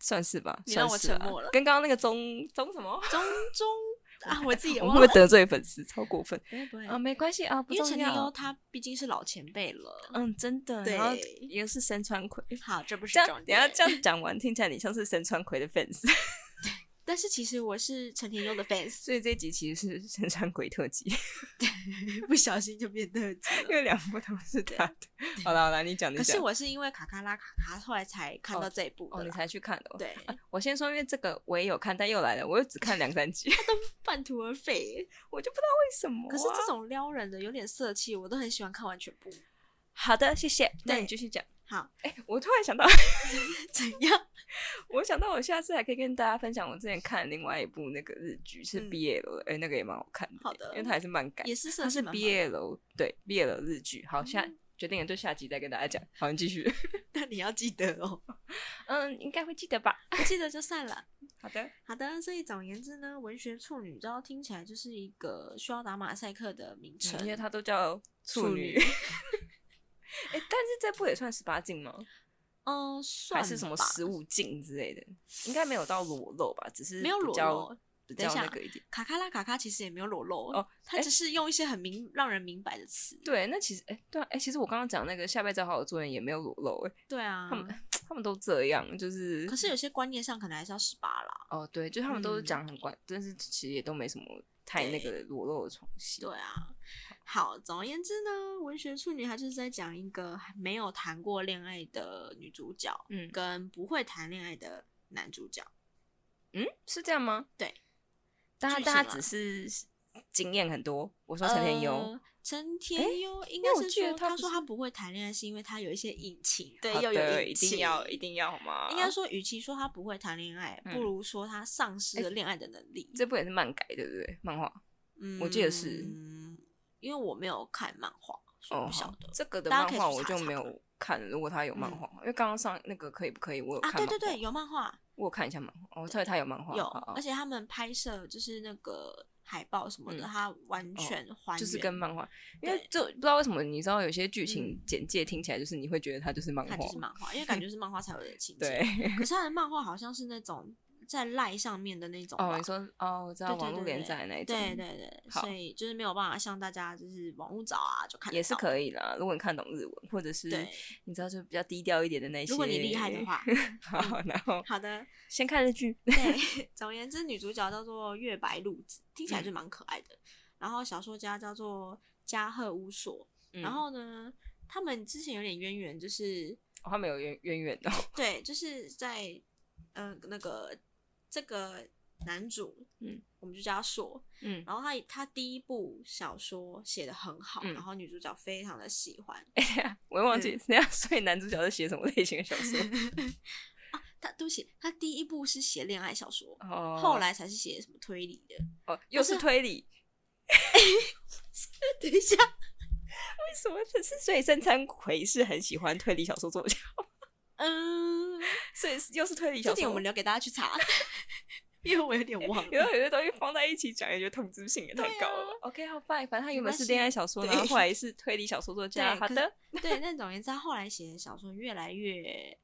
[SPEAKER 1] 算是吧。
[SPEAKER 2] 你让我
[SPEAKER 1] 算是啊
[SPEAKER 2] 沉默了
[SPEAKER 1] 跟刚刚那个钟钟什么，
[SPEAKER 2] 中中啊，我自己也
[SPEAKER 1] 我
[SPEAKER 2] 忘
[SPEAKER 1] 们会
[SPEAKER 2] 了
[SPEAKER 1] 不会，得罪粉丝？超过分
[SPEAKER 2] 不会不会
[SPEAKER 1] 啊！没关系啊，不
[SPEAKER 2] 因为
[SPEAKER 1] 重
[SPEAKER 2] 陈天佑
[SPEAKER 1] 要。
[SPEAKER 2] 他毕竟是老前辈了。
[SPEAKER 1] 嗯，真的。
[SPEAKER 2] 对
[SPEAKER 1] 然后也是神川葵。
[SPEAKER 2] 好，这不
[SPEAKER 1] 嗯
[SPEAKER 2] 是
[SPEAKER 1] 这样，
[SPEAKER 2] 重
[SPEAKER 1] 等一下
[SPEAKER 2] 点。
[SPEAKER 1] 这样讲完，听起来你像是神川葵的 fans，
[SPEAKER 2] 但是其实我是陈天佑的 fans， (laughs)
[SPEAKER 1] 所以这一集其实是神川葵特辑，
[SPEAKER 2] 不小心就变特辑
[SPEAKER 1] 因
[SPEAKER 2] 了。
[SPEAKER 1] 为两部都是他的。好了好了，你 (laughs) 讲，你
[SPEAKER 2] 可
[SPEAKER 1] 讲。
[SPEAKER 2] 是我是因为卡卡拉卡卡，后来才看到这一部
[SPEAKER 1] 哦，
[SPEAKER 2] 的
[SPEAKER 1] 你
[SPEAKER 2] 啦。
[SPEAKER 1] 才去看的、哦。
[SPEAKER 2] 对，
[SPEAKER 1] 我先说，因为这个我也有看，但又来了，我又只看两三集，
[SPEAKER 2] 半途而废。
[SPEAKER 1] 我就不知道为什么啊、
[SPEAKER 2] 可是这种撩人的有点色气，我都很喜欢看完全部。
[SPEAKER 1] 好的，谢谢。那
[SPEAKER 2] 对
[SPEAKER 1] 你继续讲。
[SPEAKER 2] 好，
[SPEAKER 1] 哎、我突然想 (laughs) 到，
[SPEAKER 2] 怎样？
[SPEAKER 1] 我想到我下次还可以跟大家分享我之前看另外一部那个日剧是
[SPEAKER 2] 嗯
[SPEAKER 1] BL 的，哎、那个也蛮好看的。
[SPEAKER 2] 好的
[SPEAKER 1] 因为它也是漫改，
[SPEAKER 2] 也是色
[SPEAKER 1] 它
[SPEAKER 2] 气
[SPEAKER 1] 是
[SPEAKER 2] 满满的。
[SPEAKER 1] BL 对 BL 日剧。好，下、决定了就下集再跟大家讲。好， (laughs) 你继续。
[SPEAKER 2] 那你要记得哦，
[SPEAKER 1] 嗯，应该会记得吧？
[SPEAKER 2] 不记得就算了。
[SPEAKER 1] 好的，
[SPEAKER 2] 好的，所以总而言之呢，文学处女招听起来就是一个需要打马赛克的名称，
[SPEAKER 1] 嗯因为它都叫
[SPEAKER 2] 处
[SPEAKER 1] 处 (laughs) 女。
[SPEAKER 2] 女
[SPEAKER 1] 哎、但是这部也算十八禁吗？
[SPEAKER 2] 嗯、算
[SPEAKER 1] 还是什么
[SPEAKER 2] 吧
[SPEAKER 1] 十五禁之类的，应该没有到裸露吧？只是
[SPEAKER 2] 没有
[SPEAKER 1] 比
[SPEAKER 2] 裸
[SPEAKER 1] 较
[SPEAKER 2] 露，
[SPEAKER 1] 比
[SPEAKER 2] 等一
[SPEAKER 1] 较那
[SPEAKER 2] 下
[SPEAKER 1] 个一点。
[SPEAKER 2] 卡卡拉卡卡其实也没有裸露
[SPEAKER 1] 哦
[SPEAKER 2] 他
[SPEAKER 1] 诶
[SPEAKER 2] 只是用一些很明让人明白的词。
[SPEAKER 1] 对，那其实哎、对啊，哎、其实我刚刚讲那个下辈子好好做人也没有裸露、哎，
[SPEAKER 2] 对啊
[SPEAKER 1] 他，们他们都这样，就是
[SPEAKER 2] 可是有些观念上可能还是要十八啦。
[SPEAKER 1] 哦，对，就他们都是
[SPEAKER 2] 嗯
[SPEAKER 1] 讲很怪，但是其实也都没什么太那个
[SPEAKER 2] 对
[SPEAKER 1] 裸露的床戏。
[SPEAKER 2] 对啊，好，总而言之呢，文学处女她就是在讲一个还没有谈过恋爱的女主角，
[SPEAKER 1] 嗯
[SPEAKER 2] 跟不会谈恋爱的男主角。
[SPEAKER 1] 嗯，是这样吗？
[SPEAKER 2] 对，
[SPEAKER 1] 但他
[SPEAKER 2] 剧情
[SPEAKER 1] 但他
[SPEAKER 2] 啦
[SPEAKER 1] 只是经验很多。我说陈天优、
[SPEAKER 2] 呃陈天优应该
[SPEAKER 1] 因为我
[SPEAKER 2] 是
[SPEAKER 1] 记得
[SPEAKER 2] 说，
[SPEAKER 1] 他
[SPEAKER 2] 他
[SPEAKER 1] 不
[SPEAKER 2] 说
[SPEAKER 1] 是
[SPEAKER 2] 他不会谈恋爱，是因为他有一些隐情，啊对
[SPEAKER 1] 好，
[SPEAKER 2] 又有
[SPEAKER 1] 的
[SPEAKER 2] 隐
[SPEAKER 1] 一
[SPEAKER 2] 情，
[SPEAKER 1] 定要一定要好吗？
[SPEAKER 2] 应该说，与其说他不会谈恋爱，
[SPEAKER 1] 嗯
[SPEAKER 2] 不如说他丧失
[SPEAKER 1] 哎
[SPEAKER 2] 了恋爱的能力。
[SPEAKER 1] 这部也是漫改，对不对？漫画
[SPEAKER 2] 嗯
[SPEAKER 1] 我记得是
[SPEAKER 2] 因为我没有看漫画，所以
[SPEAKER 1] 哦，
[SPEAKER 2] 我不晓
[SPEAKER 1] 好
[SPEAKER 2] 得。
[SPEAKER 1] 这个的
[SPEAKER 2] 大家
[SPEAKER 1] 漫
[SPEAKER 2] 可以
[SPEAKER 1] 画
[SPEAKER 2] 去
[SPEAKER 1] 我
[SPEAKER 2] 查
[SPEAKER 1] 就
[SPEAKER 2] 查
[SPEAKER 1] 没
[SPEAKER 2] 看
[SPEAKER 1] 有看了。如果他有漫
[SPEAKER 2] 嗯
[SPEAKER 1] 画，因为刚刚上那个可以不可以，我有
[SPEAKER 2] 啊，
[SPEAKER 1] 看
[SPEAKER 2] 对
[SPEAKER 1] 漫画。
[SPEAKER 2] 对对，有漫画，
[SPEAKER 1] 我有看一下漫画，哦，所以他有漫画。
[SPEAKER 2] 有
[SPEAKER 1] 好，
[SPEAKER 2] 而且他们拍摄就是那个海报什么的，
[SPEAKER 1] 嗯
[SPEAKER 2] 它完全还原，
[SPEAKER 1] 就是跟漫画，因为
[SPEAKER 2] 对
[SPEAKER 1] 就不知道为什么，你知道有些剧情
[SPEAKER 2] 嗯
[SPEAKER 1] 简介听起来就是你会觉得它就是漫
[SPEAKER 2] 它
[SPEAKER 1] 画，
[SPEAKER 2] 就是漫画，因为 (laughs) 感觉是漫画才有的情节。
[SPEAKER 1] 对，
[SPEAKER 2] 可是它的漫画好像是那种在赖上面的那种吧。
[SPEAKER 1] 哦，你说哦，我知道
[SPEAKER 2] 对对
[SPEAKER 1] 网络
[SPEAKER 2] 对
[SPEAKER 1] 连
[SPEAKER 2] 对
[SPEAKER 1] 载那一种，
[SPEAKER 2] 对对对，
[SPEAKER 1] 好
[SPEAKER 2] 所以就是没有办法像大家就是网络找啊就看得
[SPEAKER 1] 也是
[SPEAKER 2] 到
[SPEAKER 1] 可以啦。如果你看懂日文，或者是
[SPEAKER 2] 对，
[SPEAKER 1] 你知道就比较低调一点的那些，
[SPEAKER 2] 如果你厉害的，话。嗯
[SPEAKER 1] 好，然后
[SPEAKER 2] 好
[SPEAKER 1] (laughs)
[SPEAKER 2] 的，
[SPEAKER 1] 先看日剧，
[SPEAKER 2] 对， (laughs) 总而言之，女主角叫做月白露子，听起来就
[SPEAKER 1] 嗯
[SPEAKER 2] 蛮可爱的。然后小说家叫做加贺乌索，
[SPEAKER 1] 嗯
[SPEAKER 2] 然后呢，他们之前有点渊源，就是
[SPEAKER 1] 哦他们有渊渊源的哦，
[SPEAKER 2] 对，就是在呃那个这个男主，
[SPEAKER 1] 嗯，
[SPEAKER 2] 我们就叫他硕。
[SPEAKER 1] (laughs) 嗯，
[SPEAKER 2] 然后他他第一部小说写的很好，
[SPEAKER 1] 嗯
[SPEAKER 2] 然后女主角非常的喜欢。
[SPEAKER 1] 啊我也忘
[SPEAKER 2] 嗯
[SPEAKER 1] 记，那样，所以男主角是写什么类型的小说？
[SPEAKER 2] 啊，他对不起，他第一部是写恋爱小说，
[SPEAKER 1] 哦，
[SPEAKER 2] 后来才是写什么推理的。 (laughs)
[SPEAKER 1] 哦，又是推理，
[SPEAKER 2] 等一下，
[SPEAKER 1] 为什么？可是所以深仓葵是很喜欢推理小说作家，
[SPEAKER 2] 嗯，
[SPEAKER 1] 所以又是推理
[SPEAKER 2] 这
[SPEAKER 1] 小
[SPEAKER 2] 点
[SPEAKER 1] 说。
[SPEAKER 2] 我们留给大家去查， (laughs) 因为我有点忘
[SPEAKER 1] 然 (laughs)
[SPEAKER 2] 了。
[SPEAKER 1] 后有些东西放在一起讲，也觉得同质性也太高了。OK，好，fine，反正啊他原本是恋爱小说，
[SPEAKER 2] 没关
[SPEAKER 1] 然
[SPEAKER 2] 系
[SPEAKER 1] 后 (laughs) 后来是推理小说作家。
[SPEAKER 2] 对
[SPEAKER 1] 好的，
[SPEAKER 2] 对，那总而言之，他后来写的小说越来越，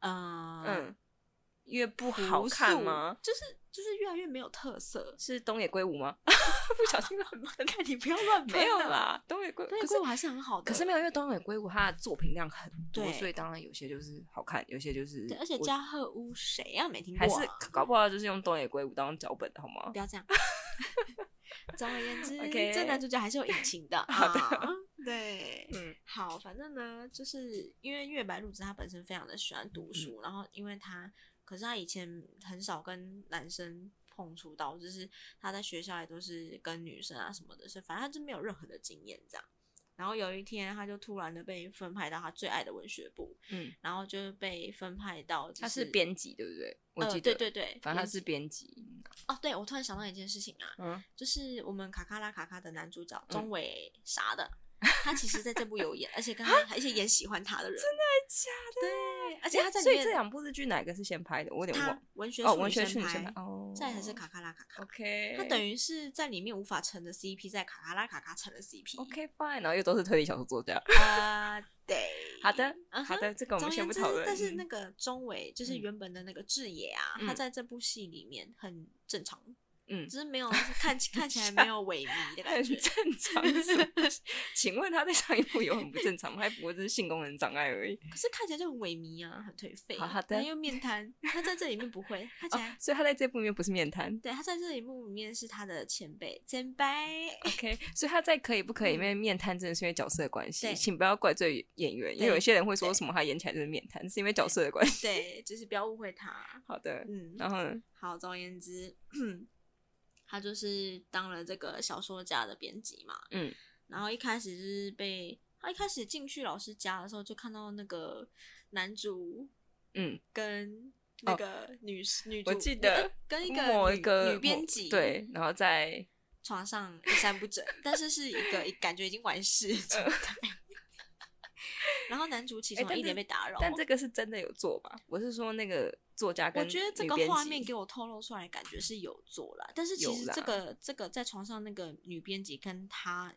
[SPEAKER 2] 嗯、
[SPEAKER 1] 嗯，越不
[SPEAKER 2] 朴
[SPEAKER 1] 好看
[SPEAKER 2] 素
[SPEAKER 1] 吗？？
[SPEAKER 2] 就是就是越来越没有特色。 (laughs)
[SPEAKER 1] 是东野圭吾吗？ (laughs) 不小心乱喷，看你不要乱
[SPEAKER 2] 喷
[SPEAKER 1] 没有
[SPEAKER 2] 啊
[SPEAKER 1] 啦，东野圭吾
[SPEAKER 2] 对，
[SPEAKER 1] 可
[SPEAKER 2] 过
[SPEAKER 1] 是
[SPEAKER 2] 我还是很好
[SPEAKER 1] 可
[SPEAKER 2] 的，
[SPEAKER 1] 是没有，因为东野圭吾他的作品量很多，
[SPEAKER 2] 对
[SPEAKER 1] 所以当然有些就是好看，有些就是
[SPEAKER 2] 对，而且
[SPEAKER 1] 我
[SPEAKER 2] 加贺屋谁啊没听过、
[SPEAKER 1] 还
[SPEAKER 2] 啊？
[SPEAKER 1] 是搞不好就是用东野圭吾当脚本的好吗
[SPEAKER 2] 不？要这样。 (laughs) 总而言之
[SPEAKER 1] OK
[SPEAKER 2] 这男主角还是有隐情的。
[SPEAKER 1] 好的
[SPEAKER 2] (laughs) 啊，对， (laughs)
[SPEAKER 1] 嗯
[SPEAKER 2] 好，反正呢，就是因为月白露子她本身非常的喜欢
[SPEAKER 1] 嗯
[SPEAKER 2] 读书，然后因为她，可是她以前很少跟男生碰触到，就是她在学校也都是跟女生啊什么的，是反正她就没有任何的经验这样。然后有一天，她就突然的被分派到她最爱的文学部，
[SPEAKER 1] 嗯，
[SPEAKER 2] 然后就是被分派到、就是，
[SPEAKER 1] 他是编辑对不对？我
[SPEAKER 2] 呃
[SPEAKER 1] 记得
[SPEAKER 2] 对对对，
[SPEAKER 1] 反正他
[SPEAKER 2] 编
[SPEAKER 1] 是
[SPEAKER 2] 辑
[SPEAKER 1] 编辑。
[SPEAKER 2] 哦，对我突然想到一件事情啊，
[SPEAKER 1] 嗯，
[SPEAKER 2] 就是我们卡卡拉卡卡的男主角
[SPEAKER 1] 嗯
[SPEAKER 2] 钟伟啥的，他其实在这部有演，而且跟他而且演喜欢他的人，真的
[SPEAKER 1] 假
[SPEAKER 2] 的？对，而且他在
[SPEAKER 1] 啊
[SPEAKER 2] 里
[SPEAKER 1] 所以这
[SPEAKER 2] 面，
[SPEAKER 1] 两部日剧哪个是先拍的？我有点
[SPEAKER 2] 他
[SPEAKER 1] 忘。
[SPEAKER 2] 文学
[SPEAKER 1] 哦，
[SPEAKER 2] 处
[SPEAKER 1] 文
[SPEAKER 2] 女
[SPEAKER 1] 学
[SPEAKER 2] 先
[SPEAKER 1] 处女先
[SPEAKER 2] 拍
[SPEAKER 1] 拍，哦，
[SPEAKER 2] 再才是卡卡拉卡卡，
[SPEAKER 1] OK，(laughs)
[SPEAKER 2] 他等于是在里面无法成的 CP，在卡卡拉卡卡成了 E CP。 (laughs)
[SPEAKER 1] OK fine，然后又都是推理小说作家。
[SPEAKER 2] 啊，对，
[SPEAKER 1] 好的，
[SPEAKER 2] (laughs) 嗯
[SPEAKER 1] 好
[SPEAKER 2] 哼
[SPEAKER 1] 的，这个我
[SPEAKER 2] 总
[SPEAKER 1] 们
[SPEAKER 2] 而
[SPEAKER 1] 先
[SPEAKER 2] 言
[SPEAKER 1] 不
[SPEAKER 2] 之
[SPEAKER 1] 讨论。，
[SPEAKER 2] 但是
[SPEAKER 1] 嗯
[SPEAKER 2] 那个钟伟就是
[SPEAKER 1] 嗯
[SPEAKER 2] 原本的那个志野啊，他
[SPEAKER 1] 嗯
[SPEAKER 2] 在这部戏里面很正常，
[SPEAKER 1] 嗯
[SPEAKER 2] 只
[SPEAKER 1] (laughs)
[SPEAKER 2] 是没有看起看起来没有萎靡的
[SPEAKER 1] (laughs)
[SPEAKER 2] 感
[SPEAKER 1] 很
[SPEAKER 2] 觉。
[SPEAKER 1] 正
[SPEAKER 2] (laughs)
[SPEAKER 1] 常是什么。请问他在上一部有很不正常吗？还不过就是性功能障碍而已。
[SPEAKER 2] 可是看起来就很萎靡啊，很颓废、
[SPEAKER 1] 好
[SPEAKER 2] 啊。
[SPEAKER 1] 好的
[SPEAKER 2] 然后又面瘫，他在这里面不
[SPEAKER 1] (laughs)
[SPEAKER 2] 会，看起
[SPEAKER 1] 哦
[SPEAKER 2] 来、，
[SPEAKER 1] 所以他在这部里面不是面瘫。
[SPEAKER 2] 对他在这里面里面是他的前辈，前辈。
[SPEAKER 1] OK，所以他在可以不可以里面面瘫，真的是因为角色的关系，
[SPEAKER 2] 嗯对
[SPEAKER 1] 请不要怪罪演员，因为
[SPEAKER 2] 对
[SPEAKER 1] 有些人会说
[SPEAKER 2] 对
[SPEAKER 1] 什么他演起来就是面瘫，是因为角色的关系。 (laughs)
[SPEAKER 2] 对，就是不要误会他。
[SPEAKER 1] 好的，
[SPEAKER 2] 嗯，
[SPEAKER 1] 然后呢？
[SPEAKER 2] 好，总而言之， (clears throat) 他就是当了这个小说家的编辑嘛。
[SPEAKER 1] 嗯，
[SPEAKER 2] 然后一开始就是被他一开始进去老师家的时候，就看到那个男主
[SPEAKER 1] 嗯，
[SPEAKER 2] 跟
[SPEAKER 1] 哦
[SPEAKER 2] 那个女、女主，
[SPEAKER 1] 我记得
[SPEAKER 2] 呃跟一
[SPEAKER 1] 某
[SPEAKER 2] 个
[SPEAKER 1] 一
[SPEAKER 2] 女
[SPEAKER 1] 个
[SPEAKER 2] 女编辑
[SPEAKER 1] 对，然后再
[SPEAKER 2] 床上衣衫不整，但是是一个感觉已经完事的状态。 (laughs) 然后男主起
[SPEAKER 1] 嗯哎但
[SPEAKER 2] 床
[SPEAKER 1] 是
[SPEAKER 2] 一点被打扰，
[SPEAKER 1] 但这个是真的有做吧？我是说那个作家跟
[SPEAKER 2] 我觉得这
[SPEAKER 1] 女
[SPEAKER 2] 个
[SPEAKER 1] 编
[SPEAKER 2] 画
[SPEAKER 1] 辑
[SPEAKER 2] 面给我透露出来，感觉是有做啦。但是其
[SPEAKER 1] 有
[SPEAKER 2] 实
[SPEAKER 1] 啦
[SPEAKER 2] 这个这个在床上那个女编辑跟他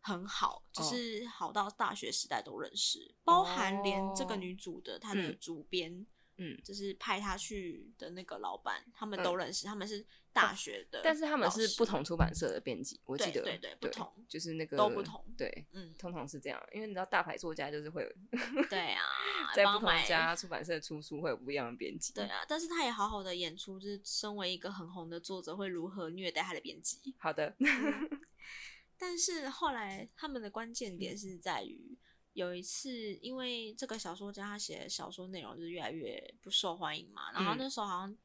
[SPEAKER 2] 很好，就
[SPEAKER 1] 哦
[SPEAKER 2] 是好到大学时代都认识，包含连这个
[SPEAKER 1] 哦
[SPEAKER 2] 女主的她的
[SPEAKER 1] 嗯
[SPEAKER 2] 主编，
[SPEAKER 1] 嗯
[SPEAKER 2] 就是派她去的那个老板，他们
[SPEAKER 1] 嗯哦
[SPEAKER 2] 都认识，他们是大学的老师，
[SPEAKER 1] 但是他们是不同出版社的编辑，我记
[SPEAKER 2] 对
[SPEAKER 1] 得
[SPEAKER 2] 对对不同
[SPEAKER 1] 就是那个
[SPEAKER 2] 都不同
[SPEAKER 1] 对，
[SPEAKER 2] 嗯，
[SPEAKER 1] 通常是这样，因为你知道大牌作家就是会有，
[SPEAKER 2] 对啊
[SPEAKER 1] (laughs) 在
[SPEAKER 2] 帮
[SPEAKER 1] 不同
[SPEAKER 2] 买
[SPEAKER 1] 家嗯出版社出书会有不一样的编辑，
[SPEAKER 2] 对，啊，但是他也好好的演出，就是身为一个很红的作者会如何虐待他的编辑。
[SPEAKER 1] 好的， (laughs)
[SPEAKER 2] 但是后来他们的关键
[SPEAKER 1] 嗯
[SPEAKER 2] 点是在于，有一次因为这个小说家他写的小说内容就是越来越不受欢迎嘛，然后
[SPEAKER 1] 嗯
[SPEAKER 2] 那时候好像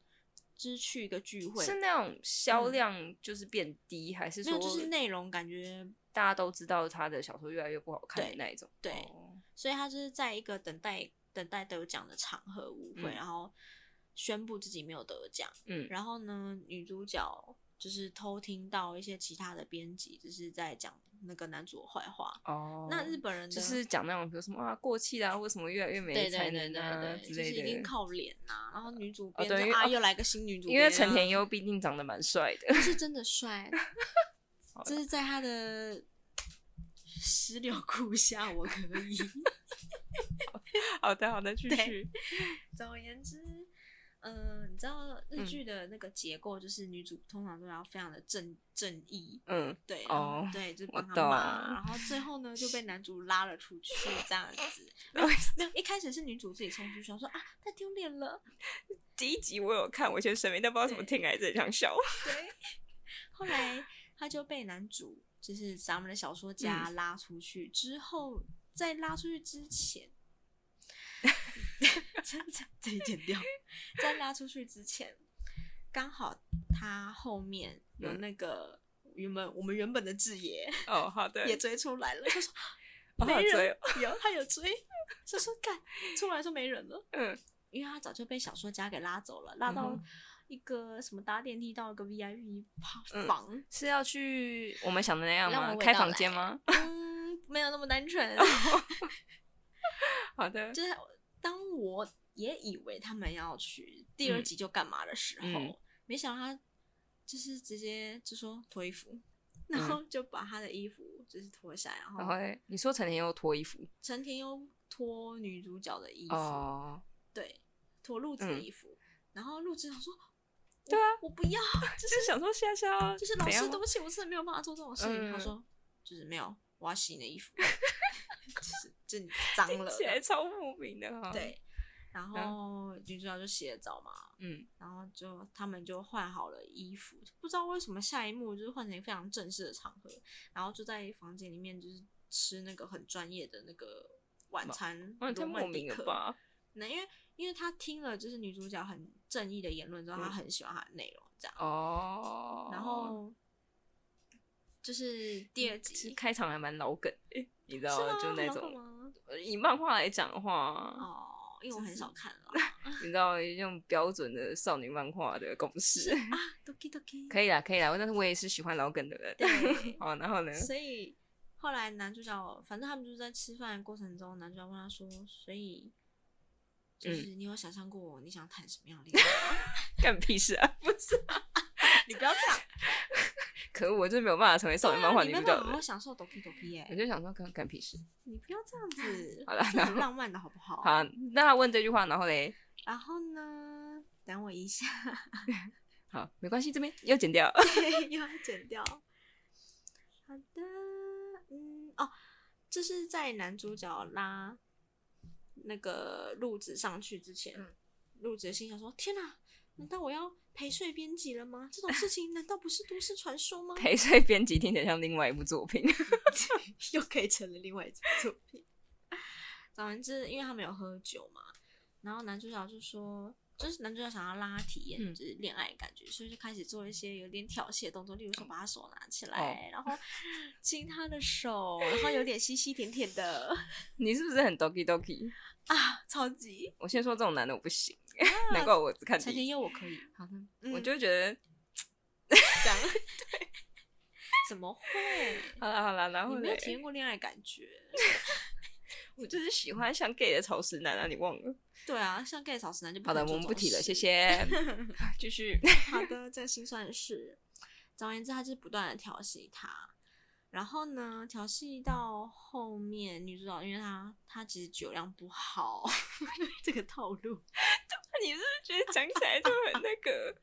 [SPEAKER 2] 就是去一个聚会，嗯
[SPEAKER 1] 是那种销量就是变低，还是
[SPEAKER 2] 没
[SPEAKER 1] 说
[SPEAKER 2] 有就是内容感觉，
[SPEAKER 1] 大家都知道他的小说越来越不好看的
[SPEAKER 2] 对
[SPEAKER 1] 那一种，
[SPEAKER 2] 对
[SPEAKER 1] 哦
[SPEAKER 2] 所以他就是在一个等待等待得奖的场合误会，
[SPEAKER 1] 嗯
[SPEAKER 2] 然后宣布自己没有得奖。
[SPEAKER 1] 嗯
[SPEAKER 2] 然后呢，女主角就是偷听到一些其他的编辑，就是在讲那个男主的坏话。
[SPEAKER 1] 哦，
[SPEAKER 2] 那日本人的
[SPEAKER 1] 就是讲那种比如什么啊过气啦，或者什么越来越没
[SPEAKER 2] 对
[SPEAKER 1] 才
[SPEAKER 2] 对对
[SPEAKER 1] 能啊
[SPEAKER 2] 对对，
[SPEAKER 1] 之
[SPEAKER 2] 就是一
[SPEAKER 1] 类
[SPEAKER 2] 定
[SPEAKER 1] 的。
[SPEAKER 2] 靠脸呐、然后女主
[SPEAKER 1] 哦
[SPEAKER 2] 编、
[SPEAKER 1] 对因为
[SPEAKER 2] 啊
[SPEAKER 1] 哦
[SPEAKER 2] 又来个新女主
[SPEAKER 1] 因
[SPEAKER 2] 编啊、
[SPEAKER 1] 为陈田优毕竟长得蛮帅
[SPEAKER 2] (laughs)
[SPEAKER 1] 的， (laughs)
[SPEAKER 2] 他是真的帅，这是在他的石榴裤下我可以。 (laughs)
[SPEAKER 1] 好的好的，继续。
[SPEAKER 2] 总而言之，嗯、你知道
[SPEAKER 1] 嗯
[SPEAKER 2] 日剧的那个结构就是女主通常都要非常的正正义，
[SPEAKER 1] 嗯，
[SPEAKER 2] 对，然后
[SPEAKER 1] 哦
[SPEAKER 2] 对，就是
[SPEAKER 1] 我
[SPEAKER 2] 帮他骂，
[SPEAKER 1] 懂
[SPEAKER 2] 然后最后呢就被男主拉了出去这样
[SPEAKER 1] (laughs)
[SPEAKER 2] 子。没
[SPEAKER 1] 然
[SPEAKER 2] 有
[SPEAKER 1] 后
[SPEAKER 2] 没有，一开始是女主自己冲出去，想说啊太丢脸了，
[SPEAKER 1] 第一集我有看，我先声明，但不知道怎么听来这想笑。
[SPEAKER 2] 对，后来她就被男主就是咱们的小说
[SPEAKER 1] 嗯
[SPEAKER 2] 家拉出去、之后，在拉出去
[SPEAKER 1] (laughs)
[SPEAKER 2] 之前。真的，这里剪掉。在拉出去之前，刚好他后面有
[SPEAKER 1] 嗯
[SPEAKER 2] 那个原本我们原本的志野
[SPEAKER 1] 哦，好的，
[SPEAKER 2] 也追出来了，他说
[SPEAKER 1] (laughs) 哦
[SPEAKER 2] 没
[SPEAKER 1] 追
[SPEAKER 2] 人，有他有追，就说干出来说没人了，
[SPEAKER 1] 嗯，
[SPEAKER 2] 因为他早就被小说家给拉走了，拉到
[SPEAKER 1] 嗯
[SPEAKER 2] 一个什么搭电梯到一个 VIP 趴
[SPEAKER 1] 嗯
[SPEAKER 2] 房，
[SPEAKER 1] 是要去我们想的那样
[SPEAKER 2] 让
[SPEAKER 1] 吗
[SPEAKER 2] 我？味
[SPEAKER 1] 开
[SPEAKER 2] 道
[SPEAKER 1] 房
[SPEAKER 2] 来
[SPEAKER 1] 间
[SPEAKER 2] (laughs)
[SPEAKER 1] 吗？
[SPEAKER 2] 嗯，没有那么
[SPEAKER 1] (laughs)
[SPEAKER 2] 单纯，
[SPEAKER 1] 好的，
[SPEAKER 2] 就是当我也以为他们要去第二
[SPEAKER 1] 嗯
[SPEAKER 2] 集就干嘛的时候，
[SPEAKER 1] 嗯
[SPEAKER 2] 没想到他就是直接就说脱衣服。然后就把他的衣服就是脱下来，然
[SPEAKER 1] 嗯然后
[SPEAKER 2] 后
[SPEAKER 1] 嘞你说陈田优脱衣服
[SPEAKER 2] 陈田优脱女主角的衣服，
[SPEAKER 1] 哦，
[SPEAKER 2] 对，脱露子的
[SPEAKER 1] 嗯
[SPEAKER 2] 衣服。然后露子想说，
[SPEAKER 1] 对
[SPEAKER 2] 我
[SPEAKER 1] 啊，
[SPEAKER 2] 我不要，
[SPEAKER 1] 就
[SPEAKER 2] 就是
[SPEAKER 1] 想说笑笑，
[SPEAKER 2] 就是老
[SPEAKER 1] 怎样
[SPEAKER 2] 师，对不起，我真的没有办法做这种事。
[SPEAKER 1] 嗯
[SPEAKER 2] 他说，就是没有，我要洗你的
[SPEAKER 1] (laughs)
[SPEAKER 2] 衣服，就是这你脏了
[SPEAKER 1] 听。起来超莫名的哈。，
[SPEAKER 2] 对，然后女主角就洗了澡嘛，
[SPEAKER 1] 嗯，
[SPEAKER 2] 然后就他们就换好了衣服，不知道为什么下一幕就是换成一个非常正式的场合，然后就在房间里面就是吃那个很专业的那个晚餐，
[SPEAKER 1] 哇，太
[SPEAKER 2] 罗
[SPEAKER 1] 莫
[SPEAKER 2] 曼
[SPEAKER 1] 名
[SPEAKER 2] 蒂
[SPEAKER 1] 了
[SPEAKER 2] 克。
[SPEAKER 1] 吧？
[SPEAKER 2] 那因为因为他听了就是女主角很正义的言论之后，
[SPEAKER 1] 嗯
[SPEAKER 2] 他很喜欢她的内容这样，
[SPEAKER 1] 哦，
[SPEAKER 2] 然后就是第二
[SPEAKER 1] 其实
[SPEAKER 2] 集，
[SPEAKER 1] 开场还蛮老梗的，你知
[SPEAKER 2] 是
[SPEAKER 1] 道
[SPEAKER 2] 吗
[SPEAKER 1] 嗯就那
[SPEAKER 2] 很好看
[SPEAKER 1] 种
[SPEAKER 2] 吗
[SPEAKER 1] 呃以漫画来讲的话，
[SPEAKER 2] 哦，因为我很少看
[SPEAKER 1] (laughs)
[SPEAKER 2] 了
[SPEAKER 1] 你知道用标准的少女漫画的公式，
[SPEAKER 2] 啊，doki
[SPEAKER 1] (laughs)
[SPEAKER 2] doki，
[SPEAKER 1] 可以啦，可以啦，但是我也是喜欢老梗的人。
[SPEAKER 2] 对
[SPEAKER 1] (laughs) 好，然后呢？
[SPEAKER 2] 所以后来男主角，反正他们就是在吃饭的过程中，男主角问他说：“所以，
[SPEAKER 1] 嗯
[SPEAKER 2] 就是你有想象过你想谈什么样的
[SPEAKER 1] (laughs)
[SPEAKER 2] 恋爱吗
[SPEAKER 1] 干屁事啊！不是，
[SPEAKER 2] 你不要这样，
[SPEAKER 1] 可恶，我就是没有办法成为少女漫
[SPEAKER 2] 对啊
[SPEAKER 1] 画
[SPEAKER 2] 你
[SPEAKER 1] 女
[SPEAKER 2] 没
[SPEAKER 1] 主
[SPEAKER 2] 办
[SPEAKER 1] 角
[SPEAKER 2] 法好
[SPEAKER 1] 的
[SPEAKER 2] 好
[SPEAKER 1] 人。
[SPEAKER 2] 享受 doki doki
[SPEAKER 1] 我
[SPEAKER 2] 耶，
[SPEAKER 1] (laughs) 就想说干干屁事。
[SPEAKER 2] 你不要这样子，
[SPEAKER 1] 好啦
[SPEAKER 2] 这很浪漫的好不好？
[SPEAKER 1] 好，那他问这句话，然后嘞，
[SPEAKER 2] 然后呢，等我一下，
[SPEAKER 1] 好，没关系，这边又剪掉。
[SPEAKER 2] (laughs) 又要剪掉。好的，嗯，哦，这是在男主角拉那个路子上去之前，
[SPEAKER 1] 嗯
[SPEAKER 2] 路子心想说：“天哪、难道我要陪睡编辑了吗？这种事情难道不是都市传说吗？”
[SPEAKER 1] (laughs) (laughs) 陪睡编辑听起来像另外一部作品。 (laughs)
[SPEAKER 2] 又可以成了另外一组作品。 (laughs) 总而言之，因为他们有喝酒嘛，然后男主角就说，就是男主角想要让他体验
[SPEAKER 1] 嗯
[SPEAKER 2] 就是恋爱的感觉，所以就开始做一些有点挑衅的动作，例如说把他手拿起来，
[SPEAKER 1] 哦
[SPEAKER 2] 然后亲他的手，然后有点吸吸舔舔的
[SPEAKER 1] 你是不是很 doki doki？
[SPEAKER 2] 啊，超级。
[SPEAKER 1] 我先说这种男的我不行，难怪我只看第
[SPEAKER 2] 啊陈
[SPEAKER 1] 一集
[SPEAKER 2] 天佑我可以，
[SPEAKER 1] 好的，
[SPEAKER 2] 嗯
[SPEAKER 1] 我就觉得
[SPEAKER 2] 这样对，怎么会？
[SPEAKER 1] 好啦好啦，然后
[SPEAKER 2] 你没
[SPEAKER 1] 嘞
[SPEAKER 2] 有，体验过恋爱的感觉？
[SPEAKER 1] 我就是喜欢像 gay 的潮湿男啊，你忘了？
[SPEAKER 2] 对啊，像 gay 嫂子男就不
[SPEAKER 1] 好的，
[SPEAKER 2] 可以
[SPEAKER 1] 我
[SPEAKER 2] 做
[SPEAKER 1] 们
[SPEAKER 2] 这
[SPEAKER 1] 不
[SPEAKER 2] 种
[SPEAKER 1] 提了，
[SPEAKER 2] 事
[SPEAKER 1] 谢
[SPEAKER 2] (laughs)
[SPEAKER 1] 谢。继续，
[SPEAKER 2] 好的，这个心酸的事。总而言之，他就是不断的调戏他，然后呢，调戏到后面，女主角因为她她其实酒量不好， (laughs) 这个套路。
[SPEAKER 1] 你是不是觉得讲起来就很那个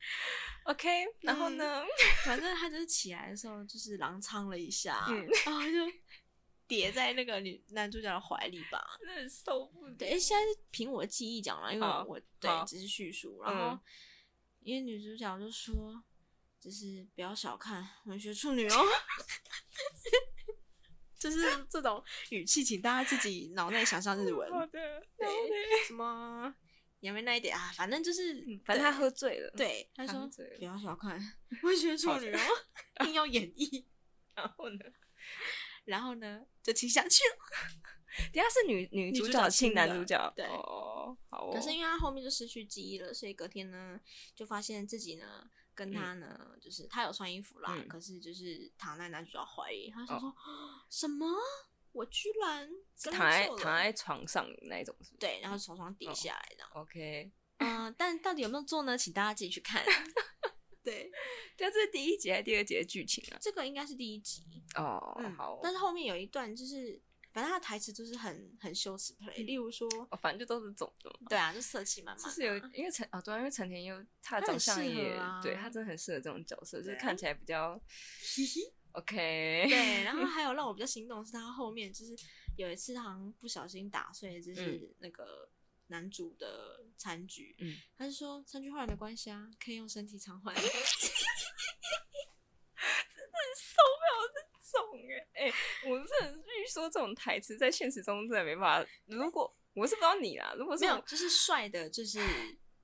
[SPEAKER 1] ？OK，然
[SPEAKER 2] (laughs)
[SPEAKER 1] 后呢？
[SPEAKER 2] 嗯反正她就是起来的时候就是狼苍了一下，
[SPEAKER 1] 嗯
[SPEAKER 2] 然后就 (laughs) 叠在那个女男主角的怀里吧。
[SPEAKER 1] 真的很受不
[SPEAKER 2] (laughs)
[SPEAKER 1] 了。
[SPEAKER 2] 对，诶现在是凭我的记忆讲了，因为
[SPEAKER 1] 好
[SPEAKER 2] 我对
[SPEAKER 1] 好
[SPEAKER 2] 只是叙述。然后
[SPEAKER 1] 嗯，
[SPEAKER 2] 因为女主角就说，就是不要小看文学处女哦， (laughs) 就是这种语气，请大家自己脑内想象日文，
[SPEAKER 1] 好的，
[SPEAKER 2] 对
[SPEAKER 1] 然后嘞，
[SPEAKER 2] 什么也没那一点啊，反正就是，
[SPEAKER 1] 嗯反正他喝醉了。
[SPEAKER 2] 对，，对他
[SPEAKER 1] 他
[SPEAKER 2] 说
[SPEAKER 1] 喝醉了
[SPEAKER 2] 不要小看文学处
[SPEAKER 1] 好的
[SPEAKER 2] 女哦，硬要演绎， (laughs)
[SPEAKER 1] 然后呢？
[SPEAKER 2] 然后呢就亲下去了。
[SPEAKER 1] 底下是女女
[SPEAKER 2] 主
[SPEAKER 1] 主
[SPEAKER 2] 角
[SPEAKER 1] 角
[SPEAKER 2] 亲
[SPEAKER 1] 亲
[SPEAKER 2] 的
[SPEAKER 1] 男主角，
[SPEAKER 2] 对
[SPEAKER 1] 哦，好哦。
[SPEAKER 2] 可是因为他后面就失去记忆了，所以隔天呢，就发现自己呢跟他呢，就是他有穿衣服啦，
[SPEAKER 1] 嗯哦
[SPEAKER 2] 可是就是躺在男主角怀里，他想说、什么？我居然跟
[SPEAKER 1] 躺
[SPEAKER 2] 他
[SPEAKER 1] 在
[SPEAKER 2] 做了
[SPEAKER 1] 躺在床上那一种是不是
[SPEAKER 2] 对，然后从床底
[SPEAKER 1] 哦
[SPEAKER 2] 下来这样。
[SPEAKER 1] ？OK，
[SPEAKER 2] 嗯、但到底有没有做呢？请大家自己去看。 (laughs) 对，
[SPEAKER 1] 这是第一集还是第二集的剧情啊？
[SPEAKER 2] 这个应该是第一集。
[SPEAKER 1] 哦，
[SPEAKER 2] 嗯，
[SPEAKER 1] 好，
[SPEAKER 2] 但是后面有一段就是，反正他的台词就是很很羞耻 play，、例如说，
[SPEAKER 1] 哦反正就都是种的嘛。
[SPEAKER 2] 对啊，就色气满满
[SPEAKER 1] 就
[SPEAKER 2] 啊，
[SPEAKER 1] 是 (laughs) 有，因为陈哦，对啊，因为陈田优他的长
[SPEAKER 2] 他很
[SPEAKER 1] 相
[SPEAKER 2] 适合
[SPEAKER 1] 也，
[SPEAKER 2] 啊
[SPEAKER 1] 对他真的很适合这种角色，就是
[SPEAKER 2] 对
[SPEAKER 1] 看起来比 (laughs) 较 OK， (laughs)
[SPEAKER 2] 对，然后还有让我比较心动的是他后面就是有一次好像不小心打碎
[SPEAKER 1] 嗯
[SPEAKER 2] 就是那个男主的餐具，
[SPEAKER 1] 嗯
[SPEAKER 2] 他就说餐具坏了没关系啊，可以用身体偿
[SPEAKER 1] (laughs)
[SPEAKER 2] 还。
[SPEAKER 1] 这种哎、欸，我真的必须说这种台词在现实中真的没办法。如果我是不知道你啦，如果是
[SPEAKER 2] (laughs) 没有，
[SPEAKER 1] 我
[SPEAKER 2] 就是帅
[SPEAKER 1] (laughs)
[SPEAKER 2] 的，就是啊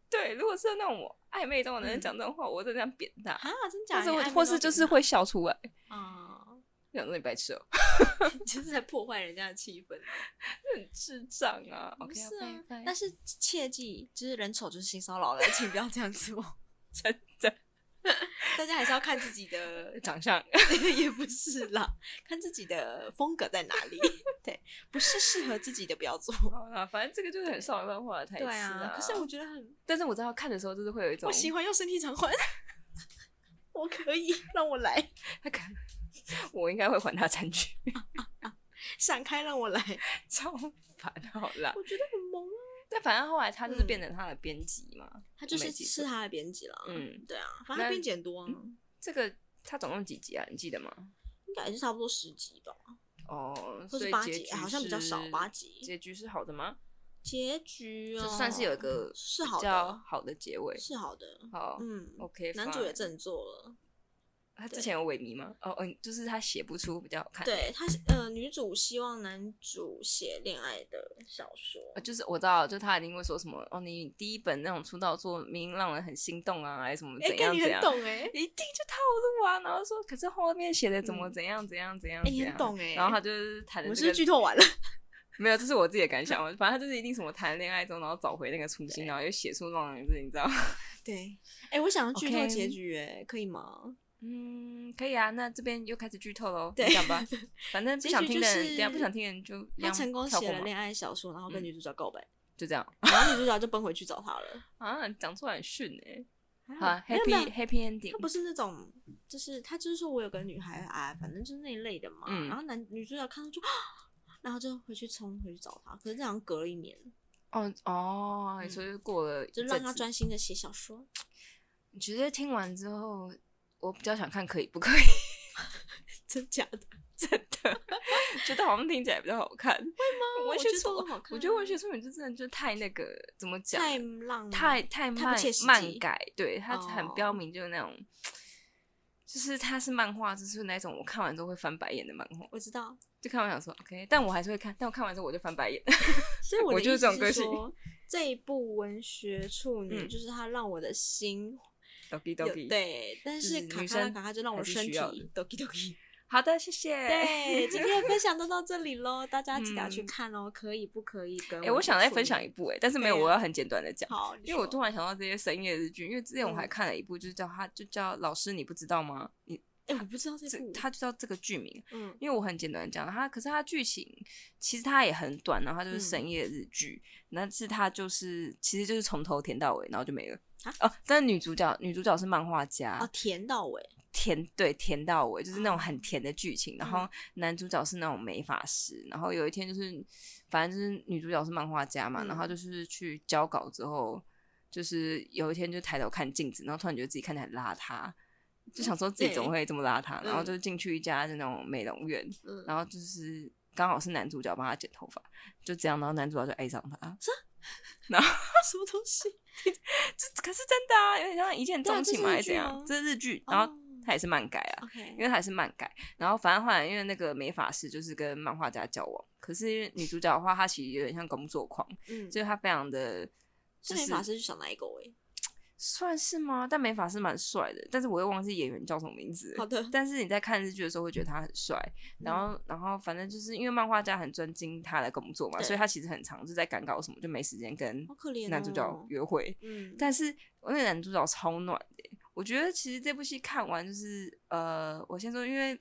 [SPEAKER 1] 对，如果是那种我暧昧中的人
[SPEAKER 2] 嗯
[SPEAKER 1] 讲这种话，我真的这样扁他，
[SPEAKER 2] 啊，真假
[SPEAKER 1] 或
[SPEAKER 2] 的？
[SPEAKER 1] 是
[SPEAKER 2] 你
[SPEAKER 1] 我
[SPEAKER 2] 暧昧
[SPEAKER 1] 或
[SPEAKER 2] 到
[SPEAKER 1] 是就
[SPEAKER 2] 底
[SPEAKER 1] 是会笑出来，
[SPEAKER 2] 啊，
[SPEAKER 1] 我想说你白痴哦、
[SPEAKER 2] (laughs)
[SPEAKER 1] (laughs)
[SPEAKER 2] 就是在破坏人家的气氛。
[SPEAKER 1] 就很智障啊。
[SPEAKER 2] 不
[SPEAKER 1] OK，
[SPEAKER 2] 是
[SPEAKER 1] 拜
[SPEAKER 2] 啊
[SPEAKER 1] 拜，
[SPEAKER 2] 但是切记，就是人丑就是性骚扰了，请不要这样子 (laughs) 哦。
[SPEAKER 1] 真的
[SPEAKER 2] 大家还是要看自己的
[SPEAKER 1] 长相
[SPEAKER 2] (laughs) 也不是啦，看自己的风格在哪里。 (laughs) 对，不是适合自己的不要
[SPEAKER 1] (laughs)
[SPEAKER 2] 做。啊
[SPEAKER 1] 好啦，反正这个就是很少漫画的台词
[SPEAKER 2] 可是我觉得很，
[SPEAKER 1] 但啊是我知道看的时候就是会有一种
[SPEAKER 2] 我
[SPEAKER 1] (laughs)
[SPEAKER 2] 喜欢用身体偿还。 (laughs) 我可以让我来，
[SPEAKER 1] 他可 (laughs) 我应该会还他餐具，
[SPEAKER 2] 闪开让我来，
[SPEAKER 1] (laughs) 超烦。好啦，
[SPEAKER 2] 我觉得很萌啊。
[SPEAKER 1] (laughs) 但反正后来他就是
[SPEAKER 2] 嗯
[SPEAKER 1] 变成他的编辑嘛，
[SPEAKER 2] 他就是
[SPEAKER 1] 没记
[SPEAKER 2] 是
[SPEAKER 1] 错
[SPEAKER 2] 他的编辑啦，
[SPEAKER 1] 嗯，
[SPEAKER 2] 对啊，反正
[SPEAKER 1] 那嗯
[SPEAKER 2] 他编辑很多啊，
[SPEAKER 1] 这个他总共几集啊？你记得吗？
[SPEAKER 2] 应该也是差不多十集吧，
[SPEAKER 1] 哦，
[SPEAKER 2] 或
[SPEAKER 1] 所
[SPEAKER 2] 是
[SPEAKER 1] 以
[SPEAKER 2] 八
[SPEAKER 1] 结
[SPEAKER 2] 集
[SPEAKER 1] 局，
[SPEAKER 2] 好像比较少
[SPEAKER 1] 是
[SPEAKER 2] 八集。
[SPEAKER 1] 结局是好的吗？
[SPEAKER 2] 结局
[SPEAKER 1] 这
[SPEAKER 2] 哦，
[SPEAKER 1] 算是有一个
[SPEAKER 2] 是
[SPEAKER 1] 比
[SPEAKER 2] 好
[SPEAKER 1] 较
[SPEAKER 2] 的，
[SPEAKER 1] 好的结尾。
[SPEAKER 2] 是好的，
[SPEAKER 1] 好
[SPEAKER 2] 嗯
[SPEAKER 1] ，OK，
[SPEAKER 2] 男主也
[SPEAKER 1] fine
[SPEAKER 2] 振作了，
[SPEAKER 1] 他之
[SPEAKER 2] 对
[SPEAKER 1] 前有萎靡吗？哦，嗯，就是他写不出比较好看。
[SPEAKER 2] 对他是呃，女主希望男主写恋爱的小说，
[SPEAKER 1] 呃，就是我知道，就他一定会说什么哦，你第一本那种出道作明明让人很心动啊，还是什么
[SPEAKER 2] 哎、
[SPEAKER 1] 怎
[SPEAKER 2] 跟
[SPEAKER 1] 样
[SPEAKER 2] 你
[SPEAKER 1] 怎
[SPEAKER 2] 很
[SPEAKER 1] 样，
[SPEAKER 2] 懂哎、
[SPEAKER 1] 一定就套路啊，然后说可是后面写的怎么
[SPEAKER 2] 嗯
[SPEAKER 1] 怎样怎样怎样
[SPEAKER 2] 哎
[SPEAKER 1] 怎
[SPEAKER 2] 你很
[SPEAKER 1] 样，
[SPEAKER 2] 懂哎
[SPEAKER 1] 然后他就是嗯谈
[SPEAKER 2] 我
[SPEAKER 1] 的
[SPEAKER 2] 们
[SPEAKER 1] 这
[SPEAKER 2] 是不
[SPEAKER 1] 个
[SPEAKER 2] 是剧透完了， (laughs)
[SPEAKER 1] 没有，这是我自己的感想，反正他就是一定什么谈恋爱中，然后找回那个初心，然后又写出那种名字，你知道？ (laughs)
[SPEAKER 2] 对，哎、我想要剧透
[SPEAKER 1] OK
[SPEAKER 2] 结局哎、可以吗？
[SPEAKER 1] 嗯，可以啊，那这边又开始剧透喽，
[SPEAKER 2] 对
[SPEAKER 1] 你讲 (laughs) 吧，反正不
[SPEAKER 2] 结
[SPEAKER 1] 想
[SPEAKER 2] 局
[SPEAKER 1] 听
[SPEAKER 2] 就
[SPEAKER 1] 的人，
[SPEAKER 2] 是
[SPEAKER 1] 对啊，不想听的人就一
[SPEAKER 2] 他
[SPEAKER 1] 样
[SPEAKER 2] 成功
[SPEAKER 1] 跳
[SPEAKER 2] 写
[SPEAKER 1] 过
[SPEAKER 2] 了
[SPEAKER 1] 嘛
[SPEAKER 2] 恋爱小说，然后跟
[SPEAKER 1] 嗯
[SPEAKER 2] 女主角告白，
[SPEAKER 1] 就这样 (laughs)
[SPEAKER 2] 然后女主角就奔回去找他了。
[SPEAKER 1] 啊，讲出来很逊哎、 (laughs) 好
[SPEAKER 2] 啊
[SPEAKER 1] 啊
[SPEAKER 2] 没有没有
[SPEAKER 1] ，Happy Happy
[SPEAKER 2] 他不
[SPEAKER 1] Ending，
[SPEAKER 2] 是那种，就是他就是说我有个女孩啊，反正就是那一类的嘛。
[SPEAKER 1] 嗯
[SPEAKER 2] 然后男女主角看到就，然后就回去冲回去找他，可是这好像隔了一年，
[SPEAKER 1] 哦哦，
[SPEAKER 2] 嗯
[SPEAKER 1] 所以过了一
[SPEAKER 2] 就
[SPEAKER 1] 阵
[SPEAKER 2] 让他
[SPEAKER 1] 子，
[SPEAKER 2] 专心的写小说。 (laughs)
[SPEAKER 1] 你觉得听完之后，我比较想看可以不可以， (laughs)
[SPEAKER 2] 真假的？
[SPEAKER 1] 觉得好像听起来比较好看，会吗文学
[SPEAKER 2] 我觉得
[SPEAKER 1] 作
[SPEAKER 2] 都好看啊
[SPEAKER 1] 我觉得文学作品就真的就太那个怎么讲，
[SPEAKER 2] 太浪漫
[SPEAKER 1] 太太
[SPEAKER 2] 不
[SPEAKER 1] 慢
[SPEAKER 2] 切实
[SPEAKER 1] 慢
[SPEAKER 2] 际
[SPEAKER 1] 改，对，它很标
[SPEAKER 2] 哦
[SPEAKER 1] 明就是那种，就是它是漫画，就是那种我看完之后会翻白眼的漫画，
[SPEAKER 2] 我知道，
[SPEAKER 1] 就看完想说 OK，但我还是会看，但我看完之后我就翻白眼。 (laughs)
[SPEAKER 2] 所以
[SPEAKER 1] 我
[SPEAKER 2] 我的
[SPEAKER 1] 就是
[SPEAKER 2] 意
[SPEAKER 1] 这种
[SPEAKER 2] 思
[SPEAKER 1] 个
[SPEAKER 2] 是
[SPEAKER 1] 性 (laughs)
[SPEAKER 2] 说，这一部文学处女
[SPEAKER 1] 嗯
[SPEAKER 2] 就是它让我的心
[SPEAKER 1] Doki
[SPEAKER 2] 有
[SPEAKER 1] Doki，，
[SPEAKER 2] 对，但
[SPEAKER 1] 就是是
[SPEAKER 2] 卡
[SPEAKER 1] 女
[SPEAKER 2] 卡拉
[SPEAKER 1] 生
[SPEAKER 2] 卡卡就让我
[SPEAKER 1] 还是
[SPEAKER 2] 身
[SPEAKER 1] 需
[SPEAKER 2] 体
[SPEAKER 1] 要的
[SPEAKER 2] doki doki。
[SPEAKER 1] 好的，谢谢。
[SPEAKER 2] 对，今天的分享就到这里喽，大家记得要去
[SPEAKER 1] 嗯
[SPEAKER 2] 看哦，可以不可以跟？
[SPEAKER 1] 哎、我想再分享一
[SPEAKER 2] 部，
[SPEAKER 1] 部哎、但是没有，
[SPEAKER 2] 对啊
[SPEAKER 1] 我要很简短的讲。
[SPEAKER 2] 好，你
[SPEAKER 1] 因为我
[SPEAKER 2] 说
[SPEAKER 1] 突然想到这些深夜日剧，因为之前我还
[SPEAKER 2] 嗯
[SPEAKER 1] 看了一部，就是叫它就叫老师你不知道吗？你
[SPEAKER 2] 哎，我不知道这
[SPEAKER 1] 这
[SPEAKER 2] 部，
[SPEAKER 1] 它就叫这个剧名，
[SPEAKER 2] 嗯
[SPEAKER 1] 因为我很简单地讲它，可是它剧情其实它也很短，然后它就是
[SPEAKER 2] 嗯
[SPEAKER 1] 深夜日剧，但是它就是其实就是从头填到尾，然后就没了。
[SPEAKER 2] 啊
[SPEAKER 1] 哦，但是女主角女主角是漫画家，
[SPEAKER 2] 哦，甜到尾，
[SPEAKER 1] 甜对甜到尾，就是那种很
[SPEAKER 2] 哦
[SPEAKER 1] 甜的剧情。然后
[SPEAKER 2] 嗯
[SPEAKER 1] 男主角是那种美发师，然后有一天就是反正就是女主角是漫画家嘛，
[SPEAKER 2] 嗯
[SPEAKER 1] 然后就是去交稿之后，就是有一天就抬头看镜子，然后突然觉得自己看起来很邋遢。就想说自己怎么会这么邋遢，
[SPEAKER 2] 嗯
[SPEAKER 1] 然后就进去一家就那种美容院，
[SPEAKER 2] 嗯，
[SPEAKER 1] 然后就是刚好是男主角帮他剪头发，就这样，然后男主角就爱上他， (laughs)
[SPEAKER 2] 什么东西？
[SPEAKER 1] 这可是真的啊，有点像一见
[SPEAKER 2] 对啊
[SPEAKER 1] 钟
[SPEAKER 2] 这
[SPEAKER 1] 情
[SPEAKER 2] 是
[SPEAKER 1] 嘛，
[SPEAKER 2] 日
[SPEAKER 1] 还是怎
[SPEAKER 2] 剧
[SPEAKER 1] 样
[SPEAKER 2] 吗？
[SPEAKER 1] 这是日剧，然后
[SPEAKER 2] 哦
[SPEAKER 1] 他也是漫改啊，因
[SPEAKER 2] OK，
[SPEAKER 1] 为它也是漫改，然后反正后来因为那个美法师就是跟漫画家交往，可是因为女主角的话，她其实有点像工作狂，
[SPEAKER 2] 嗯，
[SPEAKER 1] 就是她非常的，就
[SPEAKER 2] 这美
[SPEAKER 1] 是
[SPEAKER 2] 法师是想哪一个欸尾？
[SPEAKER 1] 算是吗？但美法师蛮帅的，但是我又忘记演员叫什么名字。
[SPEAKER 2] 好的，嗯
[SPEAKER 1] 但是你在看日剧的时候会觉得他很帅，然后然后反正就是因为漫画家很专精他的工作嘛，
[SPEAKER 2] 对
[SPEAKER 1] 所以他其实很常是在赶稿什么，就没时间跟
[SPEAKER 2] 好可怜哦
[SPEAKER 1] 男主角约会。
[SPEAKER 2] 嗯，
[SPEAKER 1] 但是我那个男主角超暖的耶，欸我觉得其实这部戏看完就是呃，我先说，因为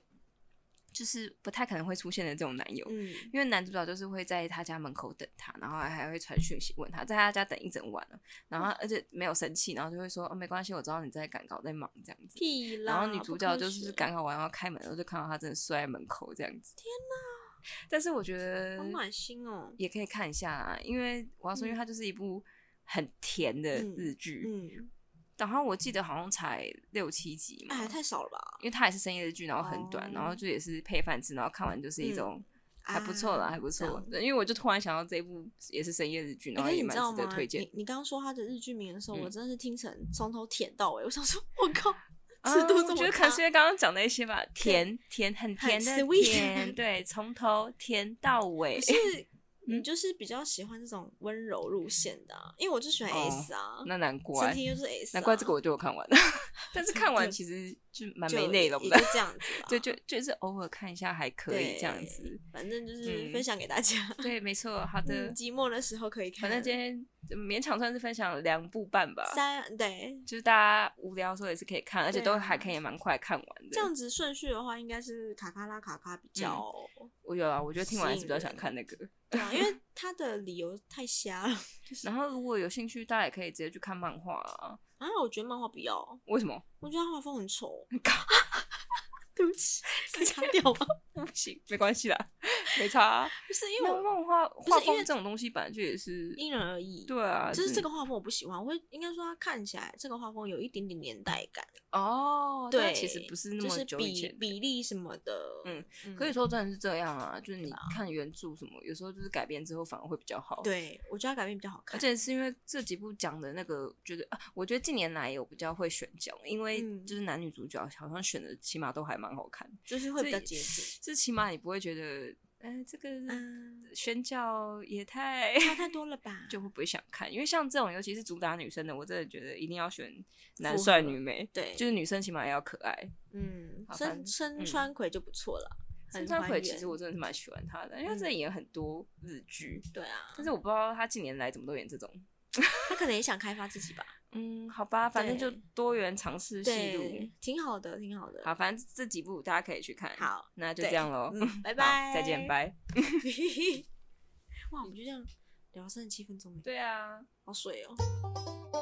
[SPEAKER 1] 就是不太可能会出现的这种男友，
[SPEAKER 2] 嗯，
[SPEAKER 1] 因为男主角就是会在他家门口等他，然后还会传讯息问他，在他家等一整晚了，然
[SPEAKER 2] 嗯
[SPEAKER 1] 后他而且没有生气，然后就会说哦没关系，我知道你在赶稿在忙这样子。
[SPEAKER 2] 屁啦！
[SPEAKER 1] 然后女主角就
[SPEAKER 2] 不科
[SPEAKER 1] 是
[SPEAKER 2] 学欸
[SPEAKER 1] 赶稿完要开门的时候，就看到他真的睡在门口这样子。天哪！但是我觉得
[SPEAKER 2] 好暖心哦。
[SPEAKER 1] 也可以看一下、啊，因为我要说，因为它就是一部很甜的日剧，
[SPEAKER 2] 嗯，
[SPEAKER 1] 然后我记得好像才六七集嘛，
[SPEAKER 2] 哎，太少了吧？
[SPEAKER 1] 因为它也是深夜的剧，然后很短，
[SPEAKER 2] 哦嗯
[SPEAKER 1] 然后就也是配饭吃，然后看完就是一种、还不错啦，
[SPEAKER 2] 啊
[SPEAKER 1] 还不
[SPEAKER 2] 这
[SPEAKER 1] 错
[SPEAKER 2] 样。
[SPEAKER 1] 对因为我就突然想到这一部也是深夜日剧，然后
[SPEAKER 2] 哎可是
[SPEAKER 1] 也
[SPEAKER 2] 你
[SPEAKER 1] 蛮
[SPEAKER 2] 知道
[SPEAKER 1] 值得
[SPEAKER 2] 吗？
[SPEAKER 1] 推荐
[SPEAKER 2] 你。你刚刚说他的日剧名的时候，
[SPEAKER 1] 嗯
[SPEAKER 2] 我真的是听成从头舔到尾。我想说，我靠，
[SPEAKER 1] (laughs) 啊
[SPEAKER 2] 尺度这
[SPEAKER 1] 我
[SPEAKER 2] 么
[SPEAKER 1] 觉
[SPEAKER 2] 大，
[SPEAKER 1] 得可能是因为刚刚讲的一些吧，甜甜很
[SPEAKER 2] 很
[SPEAKER 1] 甜的
[SPEAKER 2] sweet
[SPEAKER 1] 甜，对，从头甜到尾
[SPEAKER 2] 可。是
[SPEAKER 1] (laughs) 嗯
[SPEAKER 2] 你就是比较喜欢这种温柔路线的啊、因为我就喜欢
[SPEAKER 1] 哦
[SPEAKER 2] S 啊，
[SPEAKER 1] 那难怪
[SPEAKER 2] 整，体就是 S，、啊、
[SPEAKER 1] 难怪这个我就有看完， (laughs) 但是看完其实就蛮
[SPEAKER 2] 就
[SPEAKER 1] 没内容
[SPEAKER 2] 也
[SPEAKER 1] 的。
[SPEAKER 2] 就。这样子啦
[SPEAKER 1] 对，就就是偶尔看一下还可以
[SPEAKER 2] 对
[SPEAKER 1] 这样子。，
[SPEAKER 2] 反正就是
[SPEAKER 1] 嗯
[SPEAKER 2] 分享给大家。
[SPEAKER 1] 对，没错，好的。
[SPEAKER 2] 嗯，寂寞的时候可以看。
[SPEAKER 1] 反正今天呃勉强算是分享了两部半吧，
[SPEAKER 2] 三对
[SPEAKER 1] 就是大家无聊的时候也是可以看，而且
[SPEAKER 2] 对
[SPEAKER 1] 都
[SPEAKER 2] 啊
[SPEAKER 1] 还可以蛮快看完
[SPEAKER 2] 这
[SPEAKER 1] 的。
[SPEAKER 2] 样子顺序的话，应该是卡卡拉卡卡
[SPEAKER 1] 嗯
[SPEAKER 2] 比较、
[SPEAKER 1] 我有啊，我觉得听完还是比较想看那个。
[SPEAKER 2] 对啊，因为他的理由太瞎了。 (laughs) 就是
[SPEAKER 1] 然后如果有兴趣，大家也可以直接去看漫画啊。
[SPEAKER 2] 啊，我觉得漫画不要，啊
[SPEAKER 1] 为什么？
[SPEAKER 2] 我觉得他画风很丑。
[SPEAKER 1] 靠，
[SPEAKER 2] (laughs) 对不起，是掐掉吧？ (laughs)
[SPEAKER 1] 不行，没关系啦， (laughs) 没差啊、
[SPEAKER 2] 不嗯是因
[SPEAKER 1] 因
[SPEAKER 2] 为
[SPEAKER 1] 为
[SPEAKER 2] 我
[SPEAKER 1] 漫画
[SPEAKER 2] 是
[SPEAKER 1] 画
[SPEAKER 2] 因
[SPEAKER 1] 风
[SPEAKER 2] 为
[SPEAKER 1] 这种东西本来就也是，
[SPEAKER 2] 因人而异。
[SPEAKER 1] 对啊，
[SPEAKER 2] 就是这
[SPEAKER 1] 你
[SPEAKER 2] 个画风我不喜欢，我会应该说它看起来这个画风有一点点年代感，
[SPEAKER 1] 哦，但
[SPEAKER 2] 对，
[SPEAKER 1] 其实不是那
[SPEAKER 2] 就
[SPEAKER 1] 么
[SPEAKER 2] 是
[SPEAKER 1] 久以
[SPEAKER 2] 比
[SPEAKER 1] 前的
[SPEAKER 2] 比例什么的，
[SPEAKER 1] 嗯，可以说真的是这样啊，就是你看原著什么，有时候就是改编之后反而会比较好。，
[SPEAKER 2] 对我觉得它改编比较好
[SPEAKER 1] 而
[SPEAKER 2] 看，
[SPEAKER 1] 且是因为这几部讲的那个，觉得啊，我觉得近年来有比较会选角，因为
[SPEAKER 2] 嗯
[SPEAKER 1] 就是男女主角好像选的起码都还蛮好看，
[SPEAKER 2] 就是会比较
[SPEAKER 1] 所以
[SPEAKER 2] 接近，。
[SPEAKER 1] 这起码你不会觉得，呃，这个
[SPEAKER 2] 嗯，
[SPEAKER 1] 选角也太。
[SPEAKER 2] 差太多了吧？
[SPEAKER 1] 就会不会想看，因为像这种，尤其是主打女生的，我真的觉得一定要选男
[SPEAKER 2] 符合
[SPEAKER 1] 帅女美，
[SPEAKER 2] 对，
[SPEAKER 1] 就是女生起码也要可爱。
[SPEAKER 2] 嗯，
[SPEAKER 1] 好反
[SPEAKER 2] 深
[SPEAKER 1] 正
[SPEAKER 2] 深
[SPEAKER 1] 嗯
[SPEAKER 2] 川葵就不错了，
[SPEAKER 1] 森
[SPEAKER 2] 很
[SPEAKER 1] 川
[SPEAKER 2] 还
[SPEAKER 1] 葵其
[SPEAKER 2] 原嗯
[SPEAKER 1] 实我真的是蛮喜欢她的，因为她真的演很多日剧，
[SPEAKER 2] 对啊，
[SPEAKER 1] 但是我不知道她近年来怎么都演这种。
[SPEAKER 2] 他可能也想开发自己吧，
[SPEAKER 1] 嗯，好吧，反正就
[SPEAKER 2] 对
[SPEAKER 1] 多元尝试戏路
[SPEAKER 2] 对。，挺好的，挺好的，
[SPEAKER 1] 好，反正这几部大家可以去看。
[SPEAKER 2] 好，
[SPEAKER 1] 那就
[SPEAKER 2] 对
[SPEAKER 1] 这样喽， (laughs)
[SPEAKER 2] 嗯，拜
[SPEAKER 1] 拜
[SPEAKER 2] 拜，
[SPEAKER 1] 再见，。拜。
[SPEAKER 2] 哇，我们就这样聊了三十七分钟耶，
[SPEAKER 1] 对啊。
[SPEAKER 2] 好水哦。